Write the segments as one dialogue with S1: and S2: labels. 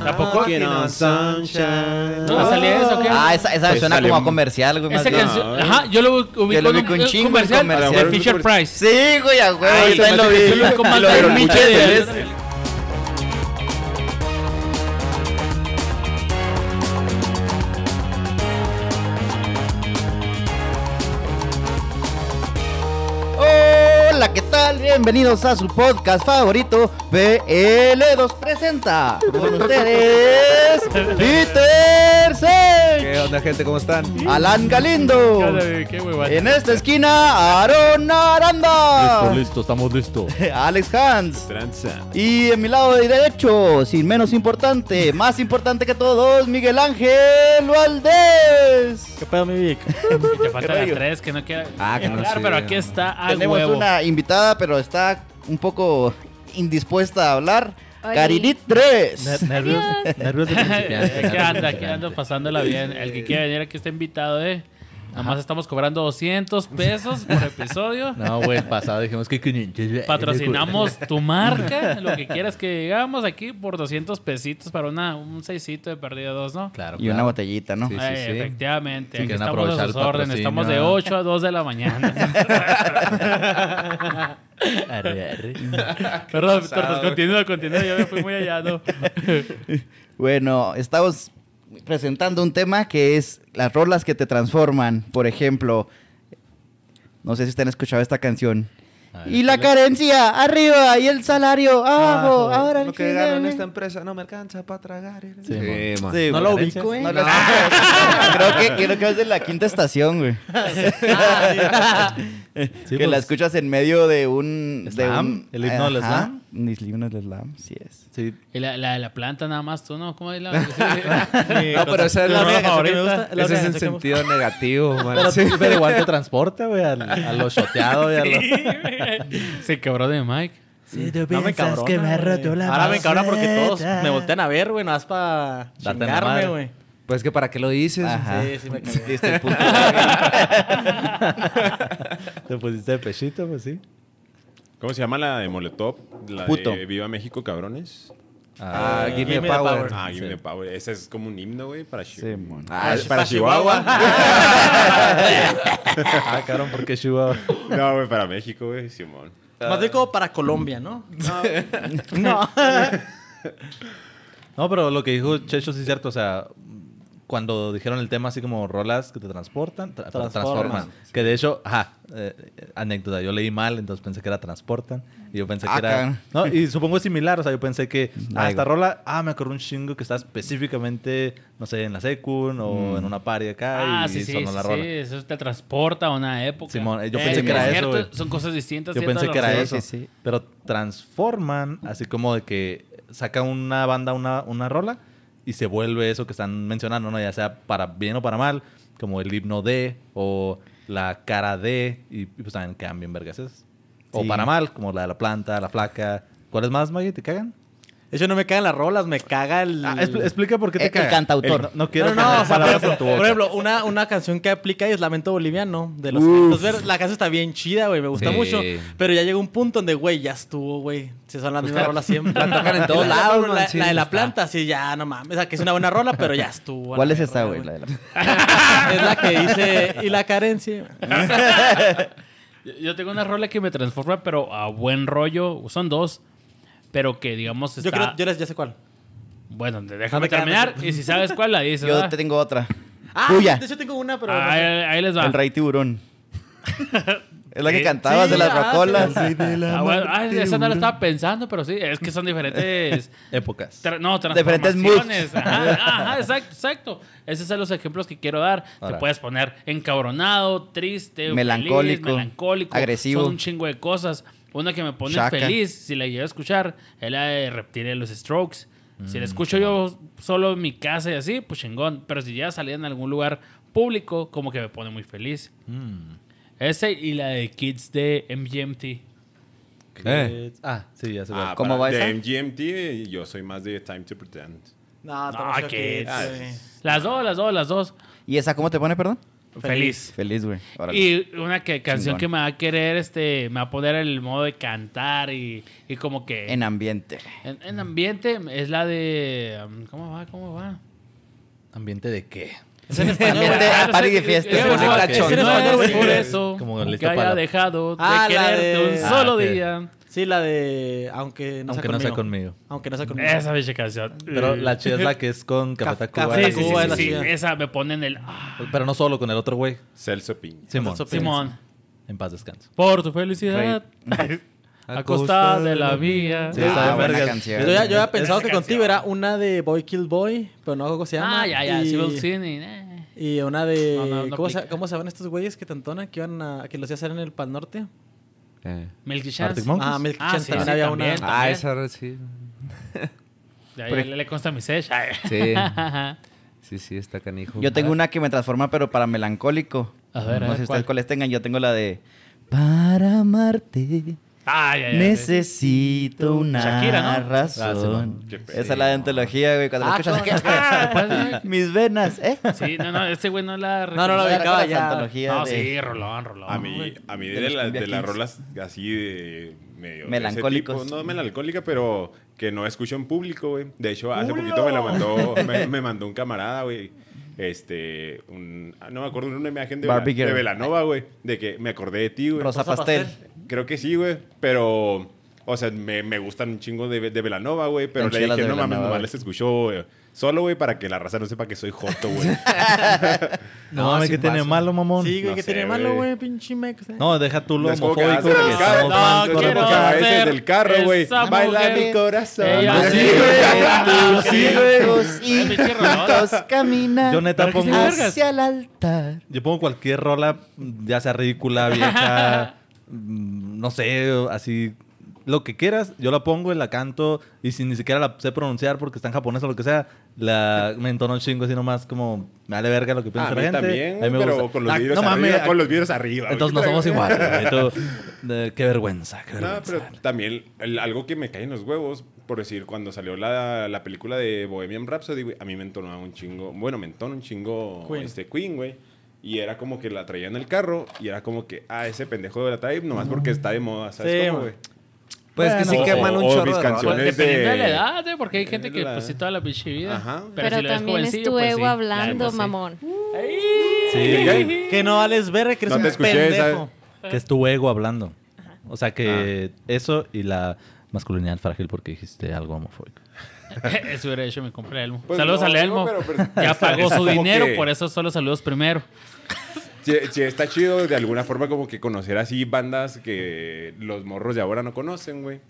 S1: Walking on sunshine.
S2: ¿No va a salir eso o qué?
S3: Ah, esa, esa
S1: Pues
S3: suena
S1: sale
S3: como a
S1: un-
S3: comercial, güey. más
S2: Esa
S3: bien.
S2: canción, ajá, yo lo ubico
S3: Yo lo
S2: en
S3: ubico un
S2: un
S3: chingo en
S2: comercial
S3: comercial.
S2: de Fisher Price.
S3: Sí, güey, a huevo,
S2: Ay,
S3: yo también
S2: se me
S3: lo
S2: hace que
S3: vi.
S2: yo lo ubico más
S3: Lo
S2: de
S3: escuché
S2: Miche
S3: tres
S2: de-
S3: veces. Hola, ¿qué tal? Bienvenidos a su podcast favorito, PL2 presenta con ustedes Peter
S1: ¿Qué
S3: Sech,
S1: onda, gente? ¿Cómo están?
S3: Alan Galindo,
S2: Cara, qué huevada.
S3: en esta esquina Aaron Aranda,
S4: listo, estamos listos.
S3: Alex Hans
S1: Tranza.
S3: y en mi lado de derecho, sin menos importante, más importante que todos, Miguel Ángel Valdés.
S4: ¿Qué pedo, mi Vic?
S2: Te falta la
S3: rollo?
S2: 3 que no queda.
S1: Ah, que no
S2: Claro,
S1: sé.
S2: pero aquí está a
S3: Tenemos
S2: huevo.
S3: una invitada, pero está un poco indispuesta a hablar.
S5: Oli.
S3: Carinit 3.
S4: Nervios, nervios de principiante.
S2: ¿Qué anda? Aquí ando pasándola bien. El que quiera venir aquí está invitado, eh. Nada más estamos cobrando 200 pesos por episodio.
S4: No, güey, el pasado dijimos que 500.
S2: Patrocinamos tu marca, lo que quieras que digamos aquí por 200 pesitos para una, un seisito de perdida dos, ¿no?
S4: Claro,
S3: Y una botellita, ¿no?
S4: Sí, sí,
S2: Ay,
S4: sí.
S2: Efectivamente,
S4: Si
S2: aquí
S4: quieren
S2: estamos
S4: aprovechar
S2: a
S4: el
S2: sus órdenes,
S4: patrocinio.
S2: estamos de 8 a 2 de la mañana.
S4: Arre, arre.
S2: Perdón, tortas, continúa, continúa, yo me fui muy allá, ¿no?
S3: Bueno, estamos presentando un tema que es las rolas que te transforman. Por ejemplo, no sé si ustedes han escuchado esta canción.
S4: A ver,
S3: Y la carencia arriba y el salario abajo. ahora el
S1: Lo Oh, que gano en
S3: jingle.
S1: esta empresa no me alcanza para tragar.
S4: Sí,
S1: Sí, man.
S3: Sí,
S4: No
S3: güey.
S4: lo ubico, eh.
S3: No lo- creo, que, creo que es de la quinta estación, güey.
S4: Sí,
S3: que la
S4: pues,
S3: escuchas en medio de un... de
S4: Slam,
S3: un-
S4: el himno del
S3: Ajá,
S4: slam.
S3: El himno del slam, sí es.
S4: Sí.
S2: Y la, la de la planta nada más, tú, ¿no? ¿Cómo es la...? Sí.
S1: No, pero esa es la
S2: rola
S1: única canción que me
S2: favorita.
S1: gusta. Ese es en sentido negativo, man.
S4: Pero,
S1: Sí.
S4: pero igual te transporta, güey, al- a lo shoteado y a lo...
S2: Se quebró de Mike.
S6: No me cabrona, güey. Ahora me cabrona porque todos me voltean a ver, güey, no es para
S4: Date en la
S6: chingarme,
S4: madre.
S6: güey.
S1: Pues que para qué lo dices.
S3: Ajá. este
S6: Sí, sí me cagué.
S3: Diste el punto.
S4: Te pusiste de pechito, pues sí.
S7: ¿Cómo se llama la de Molotov? La
S3: Puto.
S7: de Viva México, cabrones.
S1: Ah, give me
S6: Give
S1: a
S6: me the
S1: power.
S6: power.
S7: Ah, Give Me Power. Ese es como un himno, güey, para
S3: Sí,
S7: Chihuahua.
S3: mon.
S1: Ah, es para Chihuahua.
S4: Ah, cabrón, porque Chihuahua.
S7: no, güey, para México, güey, Simón.
S6: Más bien como para Colombia, ¿no? No.
S4: No, pero lo que dijo Checho sí es cierto. O sea, cuando dijeron el tema así como rolas que te transportan, tra-
S6: Transforman.
S4: transforman. Que de hecho, ajá, eh, anécdota, yo leí mal, entonces pensé que era transportan. Y yo pensé
S3: Ah,
S4: que
S3: cabrón.
S4: era. No, y supongo es similar, o sea, yo pensé que,
S2: Mm,
S4: ah,
S3: Ay,
S4: esta
S3: güey.
S4: rola, ah, me acordó un chingo que está específicamente, no sé, en la secun o en una party acá
S2: Mm. Ah,
S4: y
S2: sí, sí,
S4: sonó la
S2: sí,
S4: rola.
S2: eso te transporta a una época.
S4: Simón, eh, yo
S2: Eh,
S4: pensé
S3: que era
S2: es
S4: eso,
S2: cierto,
S4: güey.
S2: Son cosas distintas.
S4: Yo
S2: cierto,
S4: pensé
S2: a
S4: que
S2: lo
S4: era
S3: Sí,
S4: eso.
S3: sí, sí.
S4: Pero transforman, así como de que saca una banda una, una rola y se vuelve eso que están mencionando, ¿no? Ya sea para bien o para mal, como el himno de o la cara de, y, y pues también quedan bien vergas esas. O
S3: Sí.
S4: para mal, como la de la planta, la flaca. ¿Cuáles más, Maggie? ¿Te cagan?
S6: De hecho, no me cagan las rolas, me caga el...
S4: Ah, expl- explica por qué te
S3: El- el
S4: cagan.
S3: cantautor.
S4: no, no quiero
S6: no, no, no,
S4: poner
S6: o sea, por
S4: palabras
S6: ejemplo,
S4: en tu boca.
S6: por ejemplo, una, una canción que aplica ahí es Lamento Boliviano de los
S3: Uf.
S6: Enanitos Verdes. La canción está bien chida, güey, me gusta
S1: Sí.
S6: mucho. Pero ya llegó un punto donde, güey, ya estuvo, güey. Se son las mismas rolas siempre.
S1: la tocan en
S6: Y
S1: todos
S6: la-
S1: lados,
S6: La,
S1: man, sí,
S6: la de la
S1: está.
S6: planta, sí, ya, no mames. O sea, que es una buena rola, pero ya estuvo. a la
S3: ¿Cuál es
S6: verga,
S3: esta, güey? La de la-
S6: es la que dice... Y la carencia.
S2: Yo- Yo tengo una rola que me transforma, pero a buen rollo. Son dos. Pero que, digamos, está...
S6: Yo creo... Yo les- ya sé cuál.
S2: Bueno, te-
S6: No
S2: déjame
S6: me queda
S2: terminar.
S6: mejor.
S2: Y si sabes cuál, la dices,
S3: Yo
S2: ¿verdad?
S3: te tengo otra.
S6: Ah,
S3: Tuya.
S6: de hecho tengo una, pero... no
S2: Ah, Ahí,
S6: sé.
S2: ahí les va.
S3: El rey tiburón. es la que
S2: Sí.
S3: cantabas de
S6: Sí,
S3: las
S6: ah,
S3: rocolas.
S6: sí,
S2: Ah, bueno, ah, esa no la estaba pensando, pero sí. Es que son diferentes...
S4: Épocas.
S2: tra- no,
S3: Diferentes
S2: transformaciones. Ajá, ajá, exacto, exacto. Esos son los ejemplos que quiero dar.
S4: Ahora.
S2: Te puedes poner encabronado, triste, feliz,
S3: Melancólico,
S2: melancólico.
S3: agresivo.
S2: Son un chingo de cosas. Una que me pone
S3: Chaca.
S2: feliz, si la llevo a escuchar, es la de Reptil de los Strokes. Si
S3: Mm,
S2: la escucho yo solo en mi casa y así, pues chingón. Pero si ya salía en algún lugar público, como que me pone muy feliz.
S4: Mm.
S2: Ese y la de Kids de MGMT.
S1: Eh.
S4: Ah, sí, ya se ve.
S7: Ah,
S3: ¿Cómo
S7: para-
S3: va
S7: de
S3: esa?
S7: MGMT, yo soy más de Time to Pretend.
S6: No,
S2: Ah,
S6: tampoco
S2: que-
S6: que...
S2: Las dos, las dos, las dos.
S3: ¿Y esa cómo te pone, perdón?
S2: Feliz.
S3: Feliz, güey. Órale.
S2: Y una que, canción
S3: Chingón.
S2: que me va a querer, este, me va a poner el modo de cantar y, y como que
S3: En ambiente.
S2: en, en ambiente es la de um, ¿cómo va? ¿Cómo va?
S4: ¿Ambiente de qué?
S2: Es en
S3: Ambiente
S2: güey. Ah,
S3: a party de
S2: sé,
S3: fiesta,
S2: es
S3: se
S2: en
S3: pone
S2: español.
S3: cachón.
S2: No es
S6: Sí.
S2: por eso
S4: Como
S2: como que
S4: listo para
S2: haya
S4: la-
S2: dejado de
S6: Ah, la
S2: quererte
S6: de-
S2: un
S6: Ah,
S2: solo
S4: ok.
S2: día.
S6: Sí, la de. Aunque no,
S4: Aunque
S6: sea,
S4: no sea
S6: conmigo.
S4: conmigo.
S6: Aunque no sea conmigo.
S2: Esa bicha canción.
S4: Pero
S2: Eh.
S4: la chida es la que es con Café
S6: Ca-
S4: Tacuba.
S6: Café
S2: Sí, sí,
S6: Cuba
S2: sí,
S6: es la
S2: sí,
S6: chida.
S2: esa me pone en el ah,
S4: Pero no solo con el otro güey.
S7: Celso Piña.
S4: Simón.
S6: Celso Piña.
S2: Simón.
S4: En paz descanso.
S2: Por tu felicidad. A costa de la mía.
S4: Sí, está
S3: Ah,
S4: de
S3: buena
S4: vergas.
S3: canción.
S6: Yo ya, yo ya
S2: Esa
S6: pensado que
S2: canción.
S6: contigo era una de Boy Kill Boy, pero no cómo se llama.
S2: Ah, ya, ya.
S6: y-
S2: Civil Sin y, eh.
S6: Y una de.
S2: No, no, no
S6: ¿cómo, se,
S2: aplica.
S6: ¿Cómo se llaman estos güeyes que tantonan que iban a. que los hacían en el Pal Norte?
S1: Eh.
S2: Milky Chance.
S4: Arctic Monkeys.
S6: Ah, Milk
S2: Ah,
S6: Chance,
S2: sí,
S6: también
S2: sí,
S6: había
S2: también.
S6: una.
S1: Ah, esa red sí.
S2: Ya, ya le, le consta mi sesh. Ay.
S1: Sí. Sí, sí, está canijo.
S3: Yo tengo una que me transforma, pero para melancólico.
S2: A ver, a ver,
S3: no sé
S2: ¿cuál?
S3: ustedes cuáles tengan. Yo tengo la de. Para amarte
S2: Ah, ya, ya.
S3: necesito una
S2: Shakira, ¿no?
S4: Ah,
S3: razón.
S4: Simón.
S7: Qué pedo.
S3: Esa es la de antología, güey. Cuando la
S6: Ah,
S3: escuchas,
S6: ¿cómo?
S2: Ah,
S3: ¿qué? mis venas, ¿eh?
S2: Sí, no, no, este güey no la.
S6: No, no la
S2: reconoce.
S6: ubicaba
S3: Las
S6: ya.
S3: antologías
S2: No,
S3: de-
S2: sí, rolón, rolón.
S7: A mí,
S2: güey.
S7: a mí
S3: de
S7: de,
S3: los
S7: la-
S3: Cumbia
S7: de las
S3: Kings.
S7: rolas así de medio. de ese
S3: Melancólicos.
S7: tipo. No melancólica, pero que no escucho en público, güey. De hecho, hace poquito me la mandó, me, me mandó un camarada, güey. Este, un, ah, no me acuerdo, una imagen de,
S3: Barbie
S7: Vela- de
S3: Girl.
S7: Velanova, güey. De que me acordé de ti, güey.
S3: Rosa
S6: Rosa
S3: pastel.
S6: pastel.
S7: Creo que sí, güey. Pero, o sea, me, me gustan un chingo de, de Velanova, güey. Pero
S3: Están
S7: le
S3: chidas las de
S7: dije, no mames,
S3: Belanova,
S7: nomás
S3: güey.
S7: les escucho, güey. Solo, güey, para que la raza no sepa que soy joto, güey.
S4: No,
S1: No,
S4: mames,
S1: sí
S4: ¿qué tiene
S1: pasa.
S4: malo, mamón?
S6: Sí, güey,
S7: No
S6: que
S7: sé,
S6: tiene malo,
S7: güey.
S6: güey, pinche mex. eh.
S4: No, deja tú lo
S7: No es como que
S4: homofóbico.
S7: hace
S4: que
S7: el cara,
S4: estamos
S7: no,
S4: mal,
S7: quiero
S4: pero-
S7: hacer- a veces del carro,
S2: esa
S7: güey. Baila
S2: mujer.
S7: mi corazón.
S2: Ella
S7: Sí,
S2: sí,
S7: güey.
S2: güey.
S3: Sí,
S2: Ay,
S3: güey.
S2: pinche rolón.
S3: Juntos caminan
S4: Yo neta
S2: Pero que sí
S4: pongo,
S2: verga.
S3: hacia el altar.
S4: yo pongo cualquier rola, ya sea ridícula, vieja, mm, no sé, así, lo que quieras, yo la pongo y la canto, y si ni siquiera la sé pronunciar porque está en japonés o lo que sea, la, me entono un chingo así nomás como, me vale verga lo que piensa
S7: Ah, A
S4: la
S7: mí
S4: gente.
S7: también,
S4: A mí me
S7: pero
S4: gusta.
S7: con los
S4: Ah,
S7: vidrios
S4: no mames,
S7: arriba.
S4: ah,
S7: Con los vidrios arriba. güey.
S4: Entonces no somos iguales. güey, tú, eh, qué vergüenza, qué
S7: No,
S4: vergüenza.
S7: pero también el- algo que me cae en los huevos, por decir, cuando salió la, la película de Bohemian Rhapsody, güey, a mí me entonaba un chingo, bueno, me entona un chingo
S6: Queen.
S7: este Queen, güey. Y era como que la traía en el carro y era como que, ah, ese pendejo de la trae nomás porque está de moda, ¿sabes
S6: Sí,
S7: cómo,
S6: man.
S7: güey?
S1: Pues es que sí
S7: Bueno,
S1: queman
S7: o-
S1: un
S7: o
S1: chorro
S7: mis
S1: de rolas.
S7: canciones.
S2: Pues, dependiendo de la
S7: de-
S2: edad, ¿eh? porque hay gente que
S7: la-
S2: pues sí toda la pinche vida.
S7: Ajá.
S2: Pero,
S5: Pero,
S2: si lo es
S5: también es
S2: jovencillo,
S5: tu
S2: pues,
S5: ego
S2: sí.
S5: hablando,
S2: La neta, sí.
S5: mamón.
S7: Sí.
S6: Que no vales verga, que eres
S7: No te
S6: un
S7: escuché,
S6: pendejo.
S4: Que es tu ego hablando. O sea que
S7: Ah.
S4: eso y la masculinidad frágil porque dijiste algo homofóbico.
S2: eso hubiera hecho mi compa Elmo.
S7: Pues
S2: saludos
S7: no,
S2: al Elmo.
S7: no, pero- pero-
S2: ya
S7: está-
S2: pagó
S7: está
S2: su
S7: como
S2: dinero,
S7: que-
S2: por eso solo saludos primero.
S7: Sí, sí, está chido de alguna forma como que conocer así bandas que los morros de ahora no conocen, güey.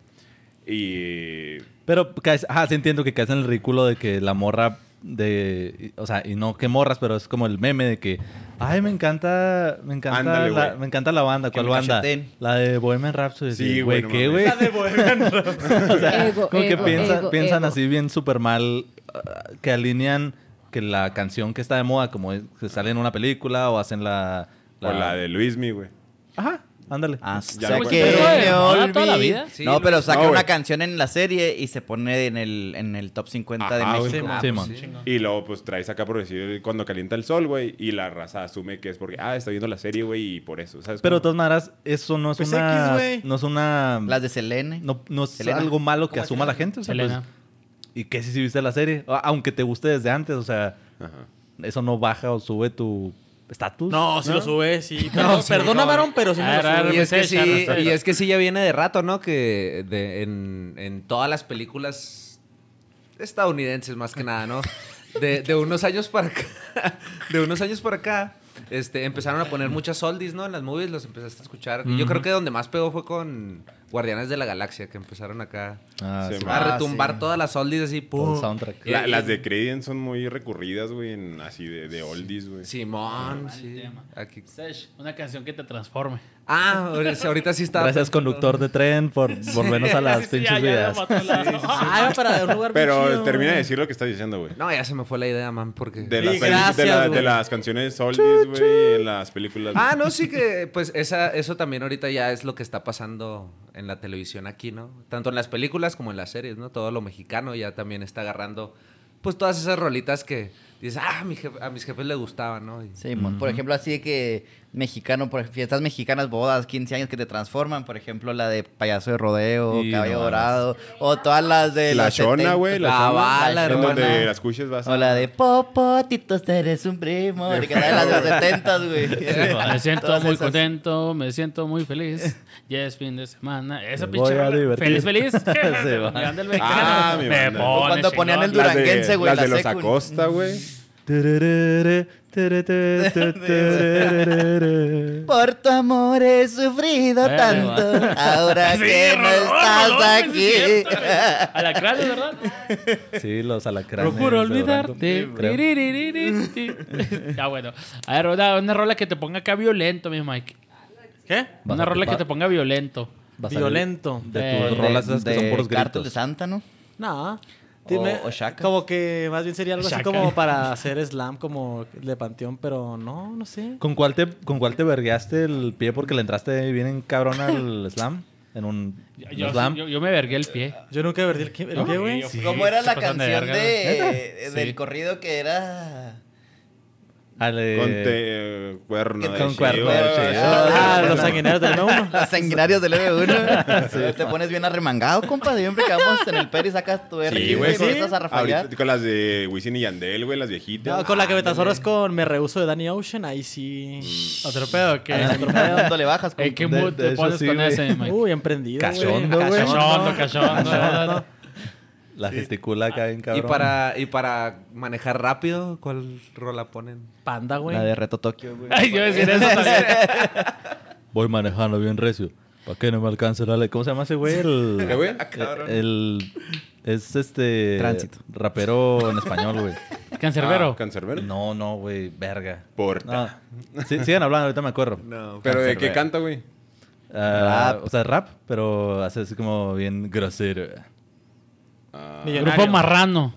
S7: Y...
S4: Pero caes, ajá, sí entiendo que caes en el ridículo de que la morra de, o sea, y no que morras, pero es como el meme de que, ay, me encanta, me encanta,
S7: Ándale,
S4: la,
S7: güey.
S4: me encanta la banda,
S3: Que
S4: ¿cuál
S3: me
S4: banda?
S3: cacheteen.
S4: La de Bohemian Rhapsody.
S7: Sí,
S4: Sí,
S7: güey,
S4: güey,
S7: no
S4: ¿qué,
S7: mames.
S4: güey? O sea,
S5: Ego,
S4: como
S5: ego,
S4: que piensa-
S5: ego,
S4: piensan
S5: ego.
S4: así bien súper mal, ah, que alinean que la canción que está de moda, como es- que sale en una película o hacen la...
S7: O la de Ah, Luismi, güey.
S4: Ajá, ándale.
S7: Ya,
S3: Hasta
S7: güey.
S3: Ah, que
S7: Pero,
S2: güey,
S3: me
S2: ¿no? Toda la
S3: olvide.
S2: vida.
S1: Sí,
S3: no, pero
S1: güey.
S3: saca
S7: No,
S3: una
S7: güey.
S3: canción en la serie y se pone en el, en el top 50 de
S7: Ajá,
S3: México.
S7: güey.
S4: Simón.
S3: Ah,
S4: Simón.
S7: Y luego, pues traes acá por decir cuando calienta el sol, güey. Y la raza asume que es porque, ah, está viendo la serie, güey, y por eso, ¿sabes?
S4: Pero de
S7: cómo?
S4: todas maneras, eso no es
S6: Pues X,
S4: una...
S6: güey.
S4: no es una...
S3: Las de Selene.
S4: no, no es
S3: Selena.
S4: algo malo que asuma la gente. O sea,
S2: Selena.
S4: pues, y que si, si viste la serie, A- aunque te guste desde antes, o sea,
S7: Ajá.
S4: eso no baja o sube tu estatus.
S6: No, si lo sube, sí. No, perdona, varón, pero si
S2: A
S6: me lo
S2: ver, a ver, Claro,
S6: sube.
S1: Y es, que
S2: pues,
S1: sí,
S2: ella, no sé.
S1: y es que sí ya viene de rato, ¿no? Que de- en, en todas las películas estadounidenses, más que nada, ¿no? De, de unos años para acá, de unos años para acá, este, empezaron a poner muchas oldies, ¿no? En las movies los empezaste a escuchar. Y Yo creo que donde más pegó fue con Guardianes de la Galaxia, que empezaron acá
S4: Ah,
S7: Sí,
S4: sí.
S1: a
S7: ma.
S3: Ah,
S1: retumbar
S3: sí.
S1: todas las oldies así,
S4: Todo
S1: pum.
S4: el soundtrack.
S7: La- las de Creedence son muy recurridas, güey, en- así de, de oldies, güey.
S1: Simón,
S2: el
S1: sí.
S2: tema.
S1: Aquí.
S2: Sesh, una canción que te transforme.
S1: Ah, ahorita- ahorita sí está.
S4: Gracias, conductor de tren, por volvernos a las
S2: Sí, sí,
S4: pinches
S2: ya, ya,
S4: vidas.
S2: ya, mató la-
S6: Ah, iba para un lugar bien
S7: Pero
S6: chido,
S7: termina de
S6: güey.
S7: decir lo que estás diciendo, güey.
S1: No, ya se me fue la idea, man, porque...
S7: De,
S6: Sí,
S7: las peli-
S6: gracias,
S7: de, la- de
S6: güey.
S7: las canciones oldies, güey, en las películas.
S1: Ah,
S7: güey.
S1: no, sí que, pues esa, eso también ahorita ya es lo que está pasando en la televisión aquí, ¿no? Tanto en las películas como en las series, ¿no? Todo lo mexicano ya también está agarrando, pues todas esas rolitas que Y dices, ah, mi jefe- a mis jefes les gustaba, ¿no? Y-
S3: Sí, mon. por ejemplo, así de que mexicano, por ejemplo, fiestas mexicanas, bodas, 15 años que te transforman, por ejemplo, la de payaso de rodeo,
S4: Y
S3: caballo
S4: no,
S3: dorado, o todas las de
S7: La
S3: los
S7: chona,
S3: 70.
S7: güey. La,
S1: La
S7: chona.
S1: bala,
S7: En donde
S1: hermana.
S7: las escuches vas a...
S3: O la de Popotitos, eres un primo. De que era la de los 70, güey.
S2: Me siento
S3: Todas
S2: muy
S3: esas.
S2: contento, me siento muy feliz. Ya es fin de semana. Esa
S4: Me
S2: pinche
S4: voy a
S2: rola,
S4: divertir.
S2: Feliz, feliz.
S4: Se va.
S2: Me anda el
S7: Ah,
S2: mexicano.
S7: mi
S2: Me
S7: banda.
S2: pone
S3: O cuando ponían
S2: chingón.
S3: el dura- duranguense, güey,
S7: Las
S3: la
S7: de los
S3: secu.
S7: Acosta, güey.
S4: Tererere, tererere, tererere.
S3: Por tu amor he sufrido
S2: Eh,
S3: tanto. Ahora
S2: Sí,
S3: que no
S2: Rolón,
S3: estás
S2: Rolón, sí
S3: aquí.
S2: es cierto, güey. A la clase, ¿verdad?
S4: Sí, los alacranes.
S2: Procuro
S4: de Durango.
S2: olvidarte.
S4: Creo.
S2: Tiriririri, ti. Ya bueno. A ver, una, una rola que te ponga acá violento, mi Mike.
S6: ¿Qué?
S2: Una
S4: Bájate,
S2: rola que
S4: va-
S2: te ponga violento.
S4: va a salir
S6: Violento.
S4: De tus
S2: Eh, De-
S4: rolas esas que son puros
S3: Cártel de
S4: gritos.
S3: Santa, ¿no?
S6: No.
S3: O-
S6: Dime,
S3: o Shaka.
S6: como que más bien sería algo así
S2: Shaka.
S6: como para hacer slam como de panteón, pero no, no sé.
S4: ¿Con cuál, te, ¿Con cuál te vergueaste el pie porque le entraste bien en cabrón al slam? En un
S2: Yo,
S4: un
S2: yo-
S4: slam.
S2: yo- yo me vergué el pie.
S6: Yo nunca perdí el, que- el qué, güey.
S2: yo-
S6: Sí.
S3: ¿Cómo era
S2: se
S3: la
S2: pasan de
S3: canción
S2: verga,
S3: de, eh,
S2: ¿no?
S3: del
S2: Sí.
S3: corrido que era?
S4: Al, eh,
S7: Con te- cuerno de
S4: con cuerno de
S7: chivo.
S4: chivo.
S6: Ah, los sanguinarios del M1.
S3: Las sanguinarias del M1. te pones bien arremangado, compa. Siempre que vamos en el peri sacas tu R.
S7: Sí, güey.
S3: Con
S7: sí.
S3: esas a rafallar.
S7: Ahorita con las de Wisin y Yandel, güey, las viejitas.
S6: No, con la que me es con Me Rehuso de Danny Ocean, ahí sí.
S2: Otro pedo que.
S3: Ahí cuando le bajas,
S2: ¿En qué
S3: compa.
S4: De-
S2: mood
S4: de
S2: te
S4: hecho,
S2: pones
S4: sí,
S2: con
S4: güey.
S2: ese, Mm. Mike?
S6: Uy, emprendido. güey.
S4: Cachondo, güey.
S2: Cachondo, cachondo. ¿verdad?
S4: La gesticula acá bien
S1: Y
S4: cabrón.
S1: para, y para manejar rápido, ¿cuál rola ponen?
S6: Panda, güey.
S3: La de Reto Tokio, güey.
S2: Ay, yo iba a decir eso también.
S4: Voy manejando bien recio. ¿Para qué no me alcance la ley? ¿Cómo se llama ese güey? El,
S7: ¿Qué, güey?
S1: Ah,
S7: Ah,
S4: eh, el- es este...
S3: Tránsito.
S4: Rapero en español, güey.
S2: Cancerbero.
S7: Ah, Cancerbero.
S4: No, no, güey. Verga.
S7: Porta.
S4: No. Sí, sigan hablando, ahorita me acuerdo.
S1: No,
S7: Pero de qué
S4: Cancerbero.
S7: canta, güey.
S4: Ah,
S3: Rap.
S4: O sea, rap, pero hace así como bien grosero.
S7: Ah,
S2: Grupo Marrano.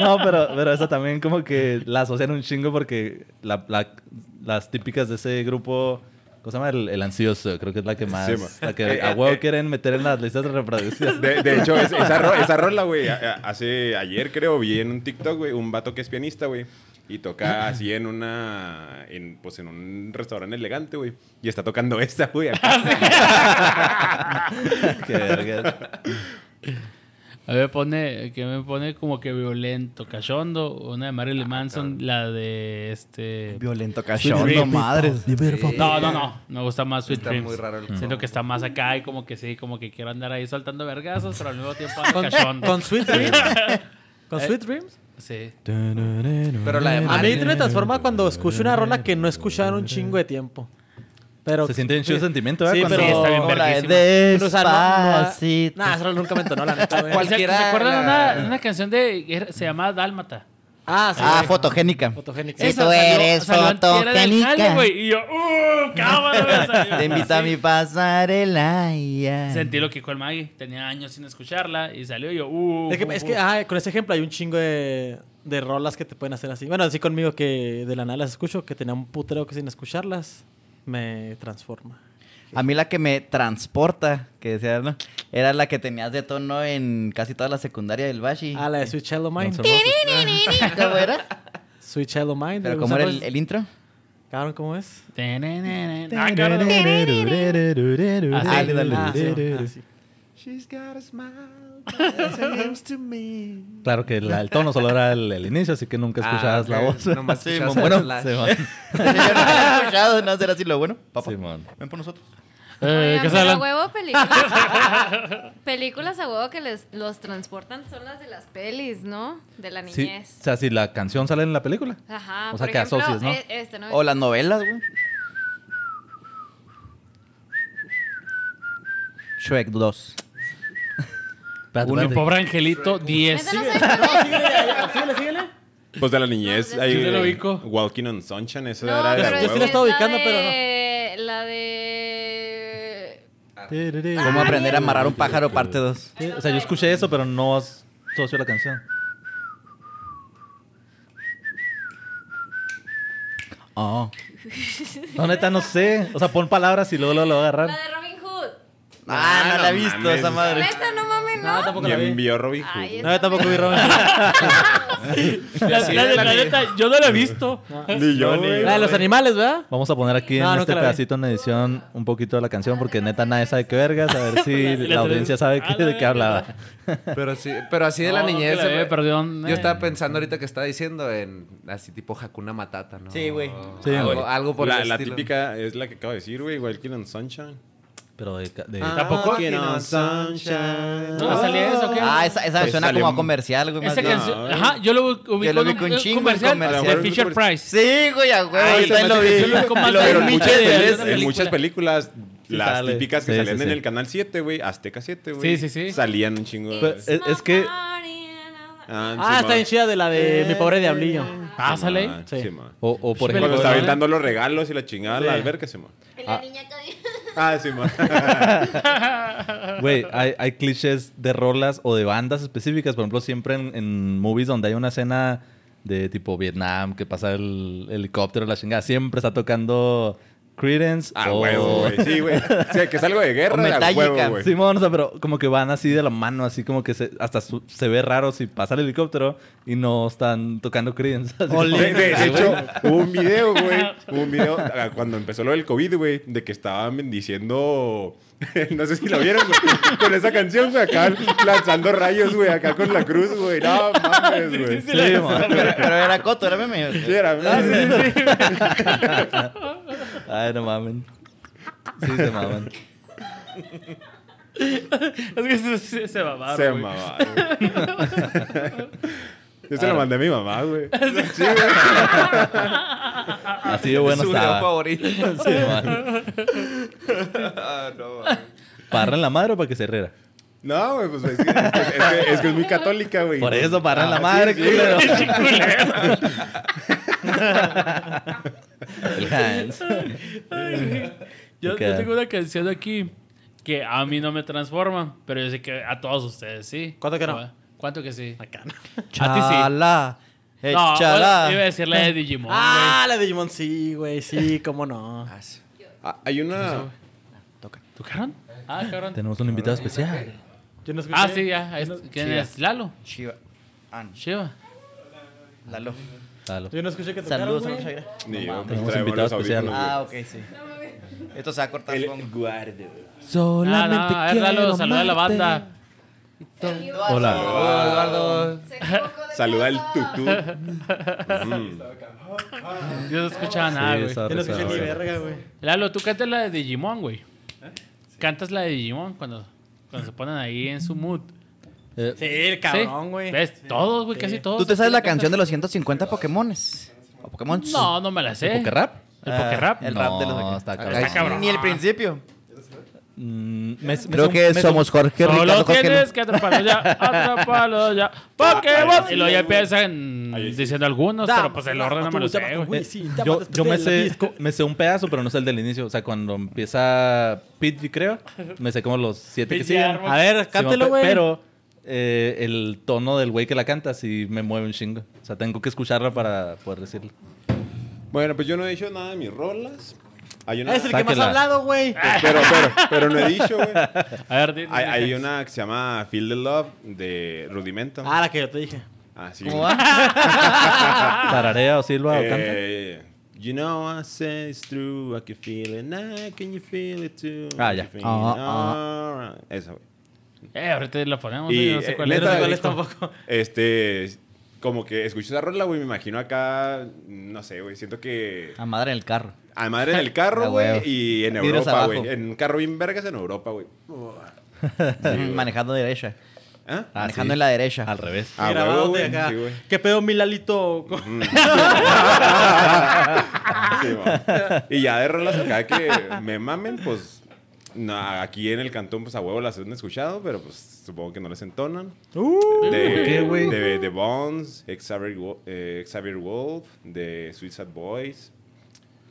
S4: No, pero, pero esa también como que la asocian un chingo porque la- la- las típicas de ese grupo... ¿Cómo se llama? El, el ansioso. Creo que es la que más...
S7: Sí, ma.
S4: la que a huevo quieren meter en las listas de reproducción.
S7: De, de hecho, es- esa, ro- esa rola, güey, a- a- hace ayer creo, vi en un TikTok, güey, un vato que es pianista, güey, y toca así en una, en, pues en un restaurante elegante, güey, y está tocando esta, güey. acá.
S4: Qué verga.
S2: A mí me pone, que me pone como que violento, cachondo. Una de Marilyn
S4: Ah,
S2: Manson, la de este.
S3: Violento
S2: Sweet
S3: cachondo,
S2: Dreams.
S3: madres.
S2: No, no, no. Me gusta más Sweet
S1: Está
S2: Dreams.
S1: muy raro el
S2: Siento
S1: combo.
S2: que está más acá y como que sí, como que quiero andar ahí soltando vergazos, pero al mismo tiempo
S6: Con,
S2: ando cachondo.
S6: con Sweet Dreams. ¿Con Sweet Dreams?
S2: Sí.
S1: Pero la de
S6: A mí
S1: Marilyn-
S6: me transforma cuando escucho una rola que no he escuchado en un chingo de tiempo. Pero,
S4: Se siente bien chido el sentimiento, ¿verdad?
S6: Sí,
S4: Cuando-
S6: pero...
S2: Sí, está bien
S3: Como la
S2: verguísima.
S3: de
S6: pero, o sea, no- no-
S3: Despacito.
S6: Nah, esa rola nunca me entonó, la neta, güey.
S2: ¿Se-
S1: ¿Cuál? Cualquiera
S2: ¿Se acuerdan de una,
S1: la-
S2: de una canción de era- se llamaba Dálmata?
S6: Ah, sí.
S3: Ah,
S6: güey.
S3: fotogénica.
S6: Fotogénica.
S3: Sí,
S2: Esa
S3: tú
S2: salió-
S3: eres
S2: salió antier del
S3: fotogénica.
S2: jale, güey, Y yo, ¡uh! ¡Cámara! güey, salió.
S3: Te invita a
S2: Sí.
S3: mi pasarela. y ya.
S2: Sentí lo que dijo el Maggie. Tenía años sin escucharla y salió y yo, ¡uh!
S6: Es que,
S2: uh,
S6: es
S2: uh.
S6: que, ah, con ese ejemplo hay un chingo de, de rolas que te pueden hacer así. Bueno, así conmigo que de la nada las escucho, que tenía un putero que sin escucharlas me transforma.
S3: A mí la que me transporta, que decía, ¿no? Era la que tenías de tono en casi toda la secundaria del Bashi.
S6: Ah, la de Sweet Child O' Mine.
S4: Guns N' Roses.
S3: ¿Cómo era?
S6: Sweet Child O' Mine. de
S3: Pero
S6: Guns
S3: ¿cómo
S6: N'
S3: era el,
S6: Roses.
S3: el intro?
S6: Cabrón, ¿cómo es?
S2: Ah, cabrón.
S6: Ah,
S2: dale, dale.
S6: ah, sí, ah, sí.
S1: She's got a smile that seems to me.
S4: Claro que la- el tono solo era el, el inicio, así que nunca escuchabas
S1: Ah,
S4: la
S1: ok.
S4: voz.
S1: Nomás
S3: Sí,
S1: escuchabas
S3: bueno,
S1: el flash.
S4: Simón.
S3: Yo no la he escuchado, no será así lo bueno. Papá,
S4: Simón.
S3: ven por nosotros.
S2: Eh,
S5: Oigan,
S2: ¿Qué se
S5: pero a
S2: hablan?
S5: huevo películas. películas a huevo que les, los transportan son las de las pelis, ¿no? De la
S4: Sí,
S5: niñez.
S4: o sea, si la canción sale en la película.
S5: Ajá.
S4: O sea,
S5: por
S4: que
S5: ejemplo,
S4: asocias, ¿no?
S5: e- Este, ¿no?
S3: O las novelas, güey. Shrek 2.
S4: Espérate,
S2: Mi
S4: espérate.
S2: pobre angelito, 10.
S5: Neta, no sé cuál es.
S6: Síguele, síguele.
S7: Pues de la niñez,
S5: No,
S7: ahí,
S2: sí lo
S7: eh,
S2: ubico.
S7: Walking on Sunshine, esa
S5: No,
S7: era de
S5: pero
S7: la
S5: es
S6: Yo sí la
S7: huevo.
S6: estaba
S5: la
S6: ubicando,
S5: de-
S6: pero
S5: La de...
S3: ¿Cómo aprender a amarrar un pájaro, parte 2?
S4: Sí, O sea, yo escuché eso, pero no asocio la canción.
S3: Oh.
S4: No, neta, no sé. O sea, pon palabras y luego lo, lo voy a
S5: La
S4: agarrar.
S5: de Robin Hood.
S3: Ah, no,
S7: no
S3: la he visto
S7: mames.
S3: esa madre.
S5: Neta, no mames,
S6: No,
S5: ¿no?
S6: tampoco la
S7: ¿Quién
S6: vi.
S7: vio Robin Hood?
S5: Ay,
S6: No, yo tampoco vi Robin.
S2: La,
S1: Sí,
S2: la-
S1: la-
S2: la neta, yo no la he visto.
S7: Ni yo,
S4: No, ni
S7: güey.
S6: La de los animales, ¿verdad?
S4: Vamos a poner aquí
S6: No,
S4: en
S6: nunca
S4: este
S6: la vi.
S4: pedacito en edición un poquito de la canción porque neta nadie sabe qué vergas. A ver si
S2: La- la
S4: la audiencia sabe
S2: tres-
S4: qué- de
S2: Ah,
S4: qué
S2: la
S4: hablaba.
S2: verga.
S1: Pero, sí, pero así de la
S2: No,
S1: niñez.
S2: que la
S1: se
S2: ve,
S1: me-
S2: perdón, eh.
S1: Yo estaba pensando ahorita que estaba diciendo en así tipo Hakuna Matata, ¿no?
S3: Sí, güey.
S4: Sí,
S1: algo,
S4: güey.
S1: algo por
S7: la,
S1: el
S7: la
S1: estilo.
S7: típica es la que acabo de decir, güey. Walking on Sunshine.
S4: Pero de, de-
S7: Ah.
S2: ¿Tampoco?
S7: Walking on Sunshine.
S2: ¿No salía eso o qué?
S3: Ah, esa, esa me
S7: Pues
S3: suena
S7: sale
S3: como a
S7: un-
S3: comercial, güey. más
S2: Esa
S3: bien.
S2: canción.
S7: No,
S2: Ajá, yo lo ubico
S3: Yo lo
S2: en
S3: ubico
S2: un
S3: un chingo en
S2: comercial
S3: comercial.
S2: de Fisher Price.
S3: Sí, güey, a huevo.
S7: Ay,
S3: yo también lo
S7: se me
S3: vi.
S7: hace
S2: Como
S3: Lo
S2: hace
S7: Pero
S3: vi.
S2: un
S7: en muchas,
S2: pinche de
S7: en
S2: alguna película.
S7: muchas películas,
S4: Sí
S7: las
S4: sale.
S7: típicas que
S4: Sí, sí,
S7: salían en
S4: sí.
S7: el canal 7, güey, Azteca 7, güey.
S2: Sí, sí, sí.
S7: Salían un chingo. de-
S4: Pero es, es que
S6: Ah, está bien chida de la de Mi Pobre Diablillo.
S2: Pásale.
S6: Sí.
S4: o, o por
S2: Pero
S7: Cuando
S4: ejemplo
S7: está
S2: ¿verdad?
S7: aventando los regalos y la chingada, la alberca, Simón.
S5: La niña todavía.
S7: Ah, Simón.
S4: Güey, hay, hay clichés de rolas o de bandas específicas. Por ejemplo, siempre en, en movies donde hay una escena de tipo Vietnam, que pasa el helicóptero, la chingada, siempre está tocando Credence.
S7: Ah,
S4: o-
S7: huevo, güey. Sí, güey. O sea, que es algo de
S3: O
S7: guerra, a
S3: Metallica.
S7: huevo, güey.
S4: Ah, Simón, o sea, pero como que van así de la mano, así como que se- hasta su- se ve raro si pasa el helicóptero y no están tocando Credence. Así como-
S7: De, Oh, de- de hecho, hubo un video, güey. Hubo un video ah, cuando empezó lo del COVID, güey, de que estaban bendiciendo. No sé si lo vieron, güey. Con esa canción, güey, acá lanzando rayos, güey, acá con la cruz, güey. No mames, güey.
S4: Sí, mon.
S3: Pero, pero era Coto, era meme.
S7: Ah, Sí, era-
S4: Ay, no mamen. Sí, se maman.
S2: Es que se, se, se mamaron,
S7: Se
S2: güey.
S7: mamaba, güey. Yo
S4: Ah.
S7: se lo mandé a mi mamá, güey. Sí, güey.
S4: Así de bueno
S1: Su video
S4: estaba.
S1: favorito.
S4: Sí, mon.
S1: Ah, no, güey.
S4: ¿Parran la madre o para que se rera?
S7: No, güey, pues es que es, que, es que es muy católica, güey.
S4: Por eso, parran la
S7: Ah,
S4: madre,
S7: sí, sí,
S4: culero.
S7: güey.
S4: El Hans.
S2: Yo,
S4: Ok.
S2: yo tengo una canción aquí que a mí no me transforma, pero yo sé que a todos ustedes sí.
S6: ¿Cuánto que no?
S2: ¿Cuánto que sí? A ti sí.
S3: Chala.
S2: No,
S3: Échala.
S2: iba a decir la de Digimon.
S6: Ah, la de Digimon, sí, güey, sí, cómo no.
S7: Ah, Hay una.
S2: güey. ¿Tocaron? Ah, cabrón.
S4: Tenemos un invitado especial.
S6: Yo no escuché.
S2: Ah, sí, ya. ahí está. ¿Quién
S3: Shiva.
S2: es? Lalo.
S3: Chiva. An-
S2: Shiva.
S3: Lalo.
S4: Halo.
S6: Yo no escuché que tocaron,
S3: Saludos,
S6: güey.
S3: muchas gracias.
S7: Ni yo,
S4: Tenemos
S7: traemos
S4: invitado
S7: los
S4: especial.
S7: audífonos,
S3: Ah, ok, sí. Esto se va a cortar, supongo.
S2: Ah,
S7: guardo.
S2: no, a ver, Lalo, saluda a la banda.
S4: Hola.
S1: Eduardo.
S7: Saluda al Mm. tutú.
S2: Yo no escuchaba nada,
S4: Sí,
S2: Ah, güey.
S4: estaba
S6: Yo no escuché
S4: rezado, güey.
S6: ni verga, güey.
S2: Lalo, tú cantas la de Digimon, güey.
S6: ¿Eh?
S2: Cantas la de Digimon cuando, cuando se ponen ahí en su mood.
S4: Eh,
S6: Sí, el
S2: ¿Sí?
S6: cabrón, güey.
S2: ¿Ves? Todos, güey, casi todos.
S3: ¿Tú te sabes la
S2: cantas?
S3: canción de los 150 Pokémones? ¿O Pokémon? Ah,
S2: No, no me la sé.
S4: ¿Poker rap?
S2: ¿El poker rap?
S3: El
S4: No,
S3: rap de los
S4: está cabrón.
S1: Está
S2: cabrón.
S3: Ni el principio.
S4: Mm, me- me
S3: Creo
S4: son-
S3: que
S4: me
S3: somos Jorge
S2: Solo
S3: Ricardo Jorge.
S2: tienes que atraparlo ya, atraparlo ya. Pokémon. Y luego ya empiezan
S7: Ah, Ahí sí.
S2: diciendo algunos, pero pues el
S6: Dama,
S2: orden no me lo
S6: dama,
S2: sé,
S6: tú,
S2: güey.
S6: güey, sí,
S4: son-
S6: dama,
S4: Yo,
S6: después
S4: yo me,
S6: de la
S4: sé,
S6: disco.
S4: me sé un pedazo, pero no sé el del inicio. O sea, cuando empieza Pidgey, creo, me sé como los siete que
S2: Pidgey
S4: siguen. Ah,
S2: Árbol.
S6: A ver,
S4: Simón,
S6: cántelo,
S4: pe-
S6: güey.
S4: Pero eh, el tono del güey que la canta sí me mueve un chingo. O sea, tengo que escucharla para poder decirlo.
S7: Bueno, pues yo no he dicho nada de mis rolas. Hay una.
S6: Es el que más
S4: Sáquela.
S6: ha hablado, güey.
S7: Pero, pero, pero no he dicho, güey.
S2: A ver, di-
S7: Hay, hay
S2: di-
S7: una que se llama Feel the Love de Rudimento.
S6: Ah, la que yo te dije.
S7: Ah, sí.
S3: ¿Cómo
S7: güey.
S3: va?
S2: Ah.
S4: Tararea o silba o canta.
S7: Eh, You know I say it's true, I can feel it now, can you feel it too?
S4: Ah,
S7: I
S4: ya.
S7: can feel it,
S3: Ah,
S7: alright. Esa, güey.
S2: Eh, ahorita la ponemos,
S7: Y,
S2: yo no sé
S7: eh,
S2: cuál
S7: neta,
S2: es.
S6: No sé cuál es
S7: disco.
S6: tampoco.
S7: Este, como que escucho esa rola, güey, me imagino acá, no sé, güey, siento que...
S3: A Ah, madre en el carro.
S7: A madre en el
S3: Ah,
S7: carro, güey,
S3: huevo.
S7: y en
S3: Vidrios
S7: Europa,
S3: abajo.
S7: güey. En un carro bien vergas en Europa, güey. güey.
S3: Manejando derecha.
S7: ¿Ah?
S4: Ah,
S3: Manejando
S4: sí.
S3: en la derecha.
S4: Al revés.
S7: Ah,
S6: Y grabándote
S7: huevo, güey,
S6: acá.
S7: sí, güey.
S6: ¿Qué pedo, Milalito?
S7: Sí, va. y ya de rolas acá que me mamen, pues... no, aquí en el cantón, pues a huevo las han escuchado, pero pues supongo que no les entonan.
S6: Uh,
S7: De,
S4: qué, güey?
S7: de, de Bones, Xavier, Wo- eh, Xavier Wolf, de Suicide Boys.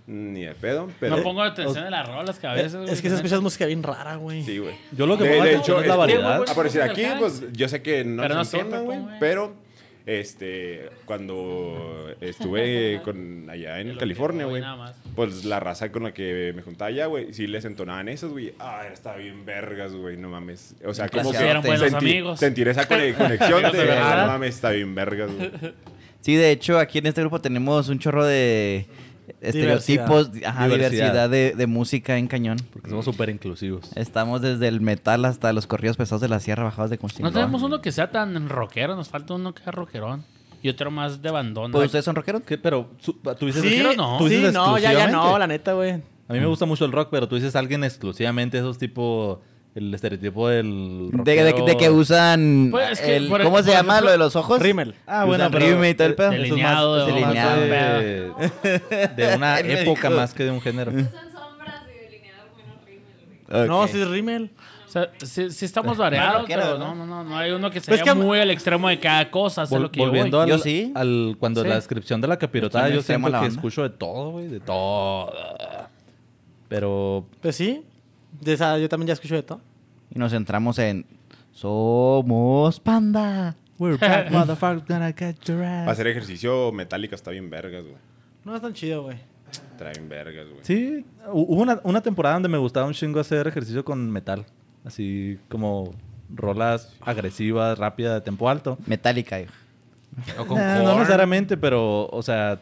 S7: Ni de pedo, pero.
S2: No pongo atención en las rolas que a veces, güey,
S6: es que se
S2: también.
S6: escuchas música bien rara, güey.
S7: Sí, güey.
S4: Yo lo que
S7: de,
S4: pongo
S7: de
S4: atención
S7: hecho,
S4: es la
S7: este,
S4: variedad.
S7: a por decir aquí, pues yo sé que no
S2: Pero no
S7: se entona,
S2: siempre
S7: güey,
S2: pongo, güey.
S7: pero Este, cuando estuve con, allá en California,
S2: voy
S7: güey,
S2: nada más.
S7: pues la raza con la que me juntaba allá, güey, sí les entonaban esas, güey. Ah, estaba bien vergas, güey, no mames. O sea, como que
S3: Sí, eran
S2: buenos
S7: sentí-
S2: amigos.
S7: sentir esa cone- conexión
S2: Amigos de
S7: de, ah,
S2: verdad.
S7: no mames, está bien vergas, güey.
S3: Sí, de hecho, aquí en este grupo tenemos un chorro de estereotipos, diversidad, ajá,
S4: Diversidad.
S3: diversidad de, de música en cañón.
S4: Porque somos súper inclusivos.
S3: Estamos desde el metal hasta los corridos pesados de la sierra bajados de Constitución.
S2: No tenemos uno que sea tan rockero, nos falta uno que sea rockerón. Y otro más de bandona.
S3: Pues
S4: eh,
S3: ustedes son rockeros.
S4: ¿Qué? Pero, su- ¿tú dices
S2: Sí,
S4: rockero?
S2: no.
S4: ¿Tú
S6: Sí,
S4: dices
S6: no, ya, ya no,
S4: exclusivamente?
S6: la neta, güey.
S4: A mí me gusta mucho el rock, pero tú dices alguien exclusivamente esos tipo... El estereotipo del...
S3: De, de-
S4: rockero-
S3: de que usan.
S2: Pues es que,
S3: el-
S2: por-
S3: ¿Cómo se
S2: por
S3: llama
S2: ejemplo,
S3: lo de los ojos?
S6: Rimmel.
S4: Ah,
S3: Que
S4: bueno,
S3: usan
S4: pero...
S3: rima y todo el pedo.
S4: eso es más-
S2: Delineado,
S4: eso es más
S3: delineado.
S4: de, de una
S3: Él me
S4: época
S3: dijo.
S4: más que de un género.
S5: Son sombras y delineados menos rímel, güey.
S3: Ok.
S6: No, sí es Rimmel.
S2: O sea, sí, sí estamos variados,
S3: rockero,
S2: pero
S3: ¿no?
S2: no, no, no, no hay uno que se
S6: Pues
S2: vaya
S6: que-
S2: muy al extremo de cada cosa, eso Pues es
S4: Vol-
S2: lo que yo voy.
S4: volviendo al,
S3: Yo sí.
S4: al- cuando
S2: Sí.
S4: la descripción de la capirotada,
S3: Extremo,
S4: yo
S3: extremo
S4: siempre
S3: la
S4: que
S3: banda.
S4: escucho de todo, güey, de todo. Pero
S6: Pues sí. De esa, yo también ya escucho de todo.
S3: Y nos centramos en. Somos panda. We're back, motherfucker, gonna catch your
S7: Para
S3: ass.
S7: hacer ejercicio metálica está bien vergas, güey.
S6: No es tan chido, güey.
S7: Está bien vergas, güey.
S4: sí, hu- hubo una, una temporada donde me gustaba un chingo hacer ejercicio con metal. Así como rolas agresivas, rápidas, de tempo alto.
S3: Metallica, hijo.
S4: Nah, no necesariamente, pero, o sea,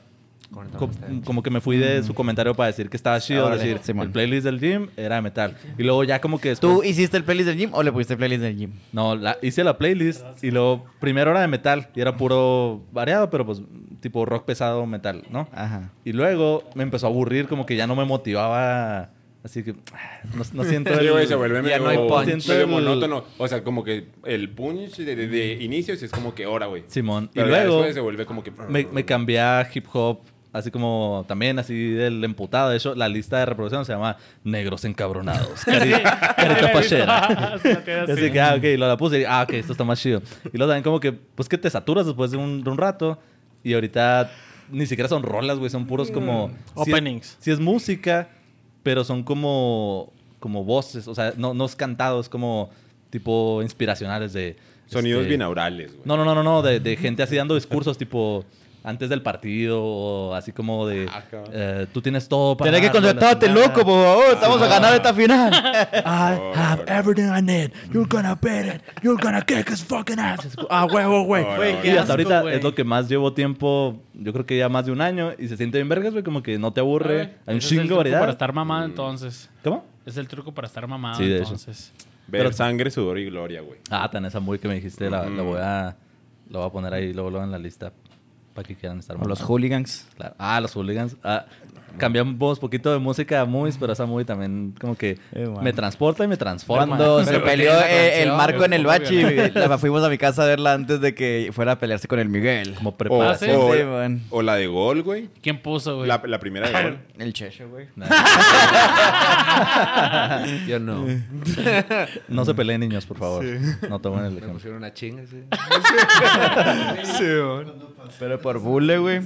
S4: co- como que me fui de su comentario para decir que estaba chido.
S3: Órale,
S4: decir,
S3: Simón.
S4: el playlist del gym era de metal. Y luego ya como que después...
S3: ¿Tú hiciste el playlist del gym o le pusiste el playlist del gym?
S4: No, la, hice la playlist y luego primero era de metal y era puro variado, pero pues tipo rock pesado, metal, ¿no?
S3: Ajá.
S4: Y luego me empezó a aburrir, como que ya no me motivaba, así que ah, no, no siento
S7: Sí,
S4: el-
S7: güey, se vuelve
S1: Ya
S7: medio,
S1: no hay punch.
S7: medio
S4: El-
S7: monótono. O sea, como que el punch de, de- de inicio sí es como que hora, güey.
S4: Simón. Y
S7: Pero ya
S4: luego
S7: después se vuelve como que...
S4: me, me cambié a hip hop, así como también así del emputado. De hecho, la lista de reproducción se llama Negros Encabronados. Cari- Carita Pachera. Así que, ah, ok, lo la puse y ah, ok, esto está más chido. Y luego también como que, pues que te saturas después de un, de un rato y ahorita ni siquiera son rolas, güey, son puros
S7: Mm.
S4: como... si es-
S6: Openings.
S4: Si es, música, pero son como, como voces, o sea, no, no es cantado, es como tipo inspiracionales de...
S7: Sonidos
S4: este,
S7: binaurales, güey.
S4: No, no, no, no, no, de, de gente así dando discursos tipo antes del partido o así como de...
S7: Ah, cabrón.
S4: eh, Tú tienes todo para...
S3: Tenés que
S4: darlo, la
S3: concentrarte,
S4: chingada.
S3: loco, por favor. Estamos a ganar esta final.
S4: I
S7: Por
S4: have
S7: favor.
S4: everything I need. You're gonna beat it. You're gonna kick his fucking ass. Es como, Ah, huevo, güey.
S7: Ahora,
S6: Güey,
S7: ahora.
S6: qué
S4: Y
S6: asco,
S4: hasta ahorita
S6: güey.
S4: es lo que más llevo tiempo, yo creo que ya más de un año, y se siente bien vergas, güey, como que no te aburre.
S2: Ah,
S4: Hay un chingo de
S2: Para
S4: variedad.
S2: estar mamado, entonces.
S4: ¿Cómo?
S2: Es el truco para estar mamado,
S4: Sí, de hecho.
S2: entonces.
S7: Ver
S4: Pero-
S7: sangre, sudor y gloria, güey.
S4: Ah, tan esa muy que me dijiste, la, la voy a la voy a poner ahí luego, luego en la lista para que quieran estar
S3: Como los
S4: mamados.
S3: hooligans.
S4: Claro. Ah, los hooligans. Ah, cambiamos poquito de música a movies, pero esa movie también como que
S3: Eh, man.
S4: me transporta y me transforma.
S3: Cuando se
S1: tiene
S3: peleó
S1: la
S3: eh, el
S1: canción,
S3: Marco en el
S1: es
S3: bachi, la- fuimos a mi casa a verla antes de que fuera a pelearse con el Miguel.
S4: Como
S7: O,
S4: preparación.
S2: sí,
S7: o-
S3: sí, man.
S7: o la de gol, güey.
S2: ¿Quién puso, güey?
S7: La, la primera de gol.
S3: El Checho, güey.
S1: Yo no.
S6: Eh.
S4: No se peleen, niños, por favor. No tomen el
S1: Me
S4: ejemplo.
S1: pusieron una chinga, sí.
S3: Pero por bule, güey.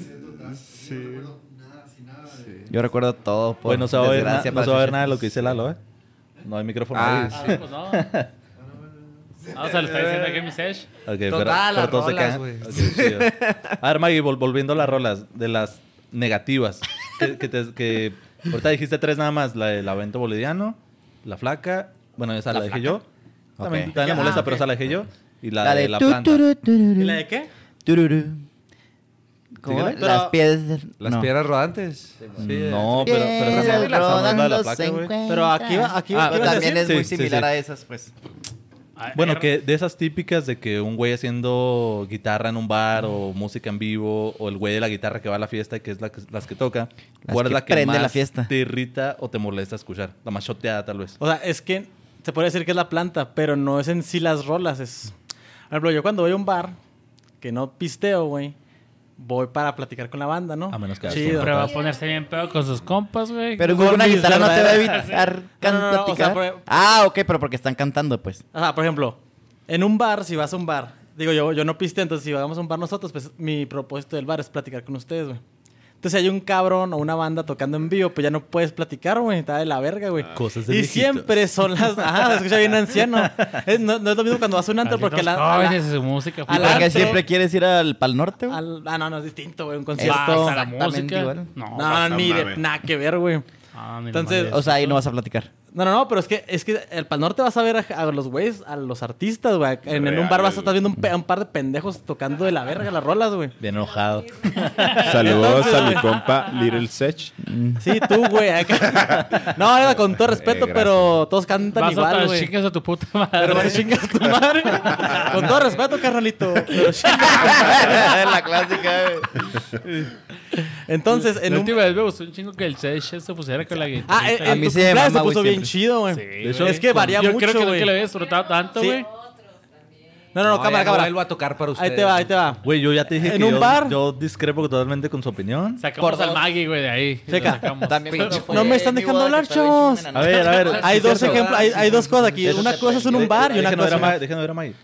S3: Yo recuerdo todo. Por
S4: Pues no se va a ver, na-
S3: desgracia
S4: no
S3: para
S4: se va a ver
S3: Checho.
S4: nada de lo que dice Lalo, ¿eh? No hay micrófono
S1: Ah,
S4: ahí.
S2: Sí, pues no. Ah, No, se lo está diciendo aquí mi sesh.
S4: Ok, pero-
S1: Total,
S4: pero
S1: las
S4: todos se
S1: rolas,
S4: quedan-
S1: güey.
S4: ok, chido. A ver, Maggie, vol- volviendo a las rolas, de las negativas. Que, que te- que- ahorita dijiste tres nada más: la del avento boliviano, la flaca. Bueno, esa la, dejé yo. También,
S3: Ok.
S4: también la molesta, pero esa la dejé yo. Y la, de, la
S3: tu,
S4: planta.
S3: turu, tururu,
S6: ¿Y la de qué?
S3: tururu. ¿Cómo?
S4: Síguele.
S3: Las
S6: Pero-
S3: piedras.
S1: Las
S3: no.
S1: piedras rodantes.
S4: No, pero, pero esa no es la, esa no es la de la placa, güey.
S6: Pero aquí va, aquí va.
S4: Ah,
S6: ¿qué
S3: Pero
S6: ibas a
S3: también
S6: decir?
S3: es muy
S4: Sí, sí,
S3: similar
S4: sí.
S3: a esas, pues.
S2: Ah,
S4: Bueno,
S2: er-
S4: que de esas típicas de que un güey haciendo guitarra en un bar o música en vivo o el güey de la guitarra que va a la fiesta y que es la que- las que toca,
S3: Las
S4: ¿cuál
S3: que
S4: es la que
S3: prende
S4: más
S3: la fiesta.
S4: te irrita o te molesta escuchar? La más choteada tal vez.
S6: O sea, es que se puede decir que es la planta, pero no es en sí las rolas. Es. Por ejemplo, yo cuando voy a un bar que no pisteo, güey, voy para platicar con la banda, ¿no?
S4: A menos que hagas
S6: Chido.
S4: un
S2: Pero va a ponerse bien pedo con sus compas, güey.
S3: Pero
S6: Con
S3: con una
S6: mis
S3: guitarra no te va a
S6: verdaderas-
S3: evitar
S6: No, no, no, o sea,
S3: platicar.
S6: por-
S3: Ah, ok, pero porque están cantando, pues.
S6: O sea, por ejemplo, en un bar, si vas a un bar, digo yo, yo no piste, entonces si vamos a un bar nosotros, pues mi propósito del bar es platicar con ustedes, güey. Entonces, si hay un cabrón o una banda tocando en vivo, pues ya no puedes platicar, güey. Está de la verga, güey.
S4: Ah. Cosas de
S6: Y
S4: viejitos.
S6: siempre son las. Ajá, se escucha bien anciano. Es- no, no es lo mismo cuando vas a un antro porque la.
S2: Malditos
S6: a la-
S2: jóvenes y su música.
S6: a
S3: ¿Y
S6: la-
S3: por qué
S6: Adelante.
S3: siempre quieres ir al Pal Norte, güey?
S6: al- ah, no, no, es distinto, güey. Un
S3: Esto-
S2: Basta
S6: concierto.
S2: la
S3: exactamente
S2: música.
S3: igual.
S2: No,
S6: No,
S7: no
S6: ni de,
S7: mames.
S6: nada que ver, güey.
S2: Ah, ni
S6: Entonces,
S2: madres.
S3: O sea, ahí no vas a platicar.
S6: No, no, no, pero es que, es que el Pal Norte vas a ver a, a los güeyes, a los artistas, güey. En, en un bar vas a estar viendo un, pe- un par de pendejos tocando de la verga las rolas, güey.
S4: Bien enojado.
S7: Saludos a mi compa Little Sech.
S6: Sí, tú, güey. acá. No, era con todo respeto,
S1: Eh,
S6: pero todos cantan
S2: vas a
S6: igual,
S2: estar
S6: güey.
S2: chicas a tu puta madre.
S6: Pero vas a chingar a tu madre. Con todo respeto, carnalito. pero chinga.
S3: la clásica, güey.
S6: Entonces, en
S2: la
S6: un...
S2: última vez me gustó un chingo que el Seychelles se pusiera con la guitarra.
S6: Ah, en, en
S3: mí
S6: tu
S3: sí me
S6: cumpleaños
S3: mama,
S6: se puso
S3: güey,
S6: bien
S3: siempre.
S6: chido, güey. es que varía
S2: Yo
S6: mucho,
S2: creo que
S6: güey.
S2: nunca lo había disfrutado tanto,
S6: Sí.
S2: güey.
S6: No, no, no, cámara,
S1: ya
S6: cámara.
S1: Vuelvo a tocar para ustedes.
S6: Ahí te va, ahí te va.
S4: Güey, yo ya te dije
S6: En
S4: que
S6: un
S4: yo,
S6: bar.
S4: yo discrepo totalmente con su opinión.
S2: Sacamos
S3: Por
S2: al
S3: dos.
S2: Maggie, güey, de ahí. Lo
S6: Checa.
S2: sacamos.
S6: No me están dejando hablar, chavos.
S4: A ver, a ver.
S6: Hay dos ejemplos, hay, hay dos cosas aquí.
S3: Eso
S6: Una
S3: se
S6: cosa es en
S3: perdió.
S6: un bar y una
S4: Déjenos
S6: cosa
S4: ver a
S6: en-
S4: Mike, déjenos ver a Mike.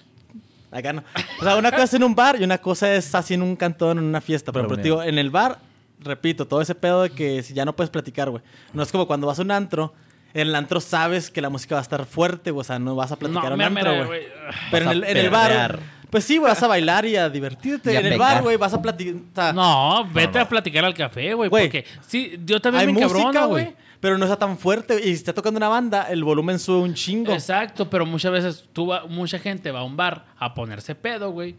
S6: Acá no. O sea, una cosa es en un bar y una cosa es así en un cantón, en una fiesta. Pero, pero te digo, en el bar, repito, todo ese pedo de que si ya no puedes platicar, güey. No es como cuando vas a un antro, en el antro sabes que la música va a estar fuerte, güey. O sea, no vas a platicar a
S2: No,
S6: un
S2: me
S6: antro,
S2: güey.
S6: güey. Pero en
S4: Vas
S6: el,
S4: a
S6: en el
S4: perrear.
S6: bar, pues sí, güey, vas a bailar y a divertirte.
S3: Y a
S6: en el
S3: pegar.
S6: bar, güey, vas a platicar. o sea,
S2: No, vete a platicar al café, güey.
S6: Güey.
S2: Porque sí, yo
S6: hay
S2: también me
S6: música,
S2: encabrono,
S6: güey.
S2: güey.
S6: Pero no está tan fuerte. Y si está tocando una banda, el volumen sube un chingo.
S2: Exacto, pero muchas veces tú va- mucha gente va a un bar a ponerse pedo, güey.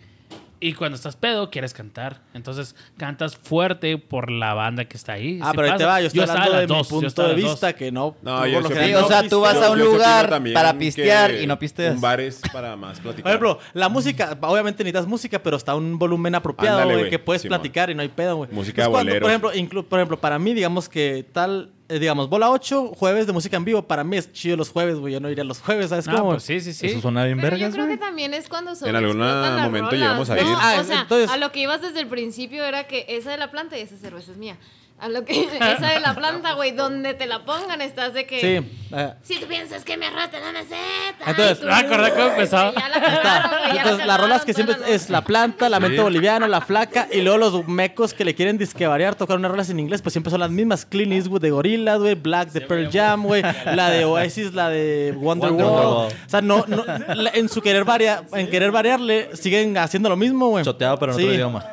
S2: Y cuando estás pedo, quieres cantar. Entonces cantas fuerte por la banda que está ahí.
S6: Ah,
S2: Sí
S6: pero ahí
S2: pasa.
S6: te va, yo estoy
S2: estaba
S6: hablando
S2: a
S6: de
S2: las
S6: mi
S2: dos, yo
S6: punto
S2: estaba
S6: de
S2: a las dos.
S6: vista que no.
S7: No,
S6: por
S7: yo
S6: lo
S7: sí
S6: general
S3: opino-
S6: no
S3: o sea, tú vas
S6: pisteo.
S3: a un
S7: Yo- yo sí
S3: lugar
S7: opino también
S3: para
S7: que
S3: pistear y no pisteas.
S7: Un bar es para más platicar.
S6: Por ejemplo, la música, obviamente necesitas música, pero está a un volumen apropiado,
S7: Ándale,
S6: güey,
S7: güey,
S6: que puedes
S7: Simón.
S6: platicar y no hay pedo, güey.
S7: Música
S6: Entonces, cuando,
S7: boleros.
S6: Por ejemplo, inclu- por ejemplo, para mí, digamos que tal, eh, digamos, bola 8, jueves de música en vivo, para mí es chido los jueves, güey, yo no iría los jueves, ¿sabes
S2: No,
S6: cómo?
S2: pues sí, sí, sí.
S4: Eso suena bien
S5: Pero yo
S4: vergas,
S5: creo
S4: güey.
S5: que también es cuando se
S7: En algún
S5: explotan las
S7: momento
S5: rolas,
S7: llegamos a
S5: ¿no?
S7: ir.
S6: Ah,
S5: o sea,
S6: entonces-
S5: a lo que ibas desde el principio era que esa de la planta y esa cerveza es mía. A lo que esa de la planta, güey, donde te la pongan estás de que
S6: Sí. eh,
S5: si tú piensas que me arrastra la meseta.
S6: Entonces,
S5: y tú-
S2: ah, acordé cómo empezaba.
S5: Ya la
S6: ahí está.
S5: cagaron, güey, ya
S6: Entonces, las
S5: cagaron
S6: rolas que
S5: toda
S6: siempre
S5: la
S6: es La Planta, Lamento
S7: Sí.
S6: Boliviano, La Flaca, y luego los mecos que le quieren disquevariar, tocar unas rolas en inglés, pues siempre son las mismas. Clint Eastwood de Gorillaz, güey, Black de Pearl Jam, güey, la de Oasis, la de Wonderwall.
S4: Wonderwall.
S6: O sea, no, no- la- en su querer variar, en querer variarle, siguen haciendo lo mismo, güey.
S4: Choteado, pero en otro
S6: Sí.
S4: idioma.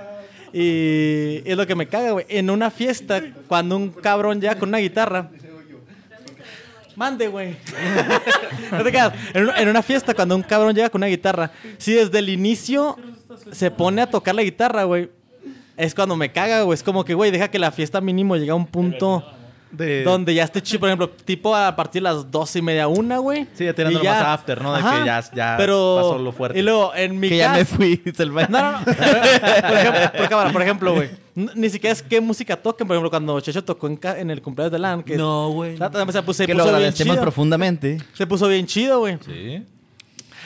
S6: Y es lo que me caga, güey. En una fiesta, cuando un cabrón llega con una guitarra. Mande, güey. no te creas. En, una- en una fiesta, cuando un cabrón llega con una guitarra, si desde el inicio se pone a tocar la guitarra, güey, es cuando me caga, güey. Es como que, güey, deja que la fiesta mínimo llegue a un punto
S4: De-
S6: donde ya esté chido. Por ejemplo, tipo a partir de las doce y media, una, güey.
S4: Sí, ya tirándolo
S6: Y
S4: más after, ¿no? De que ya- ya
S6: Pero,
S4: pasó lo fuerte.
S6: Y luego, en mi
S3: Que ya
S6: caso-
S3: me fui, dice el Mike.
S6: no, no, no. por, ejemplo, por cámara, por ejemplo, güey. n- Ni siquiera es qué música toquen. Por ejemplo, cuando Checho tocó en, ca- en el cumpleaños de Lan. Que,
S3: No, güey.
S6: O sea, también se puso, se
S3: Que lo
S6: puso bien
S3: agradecemos
S6: chido.
S3: profundamente.
S6: Se puso bien chido, güey.
S4: Sí.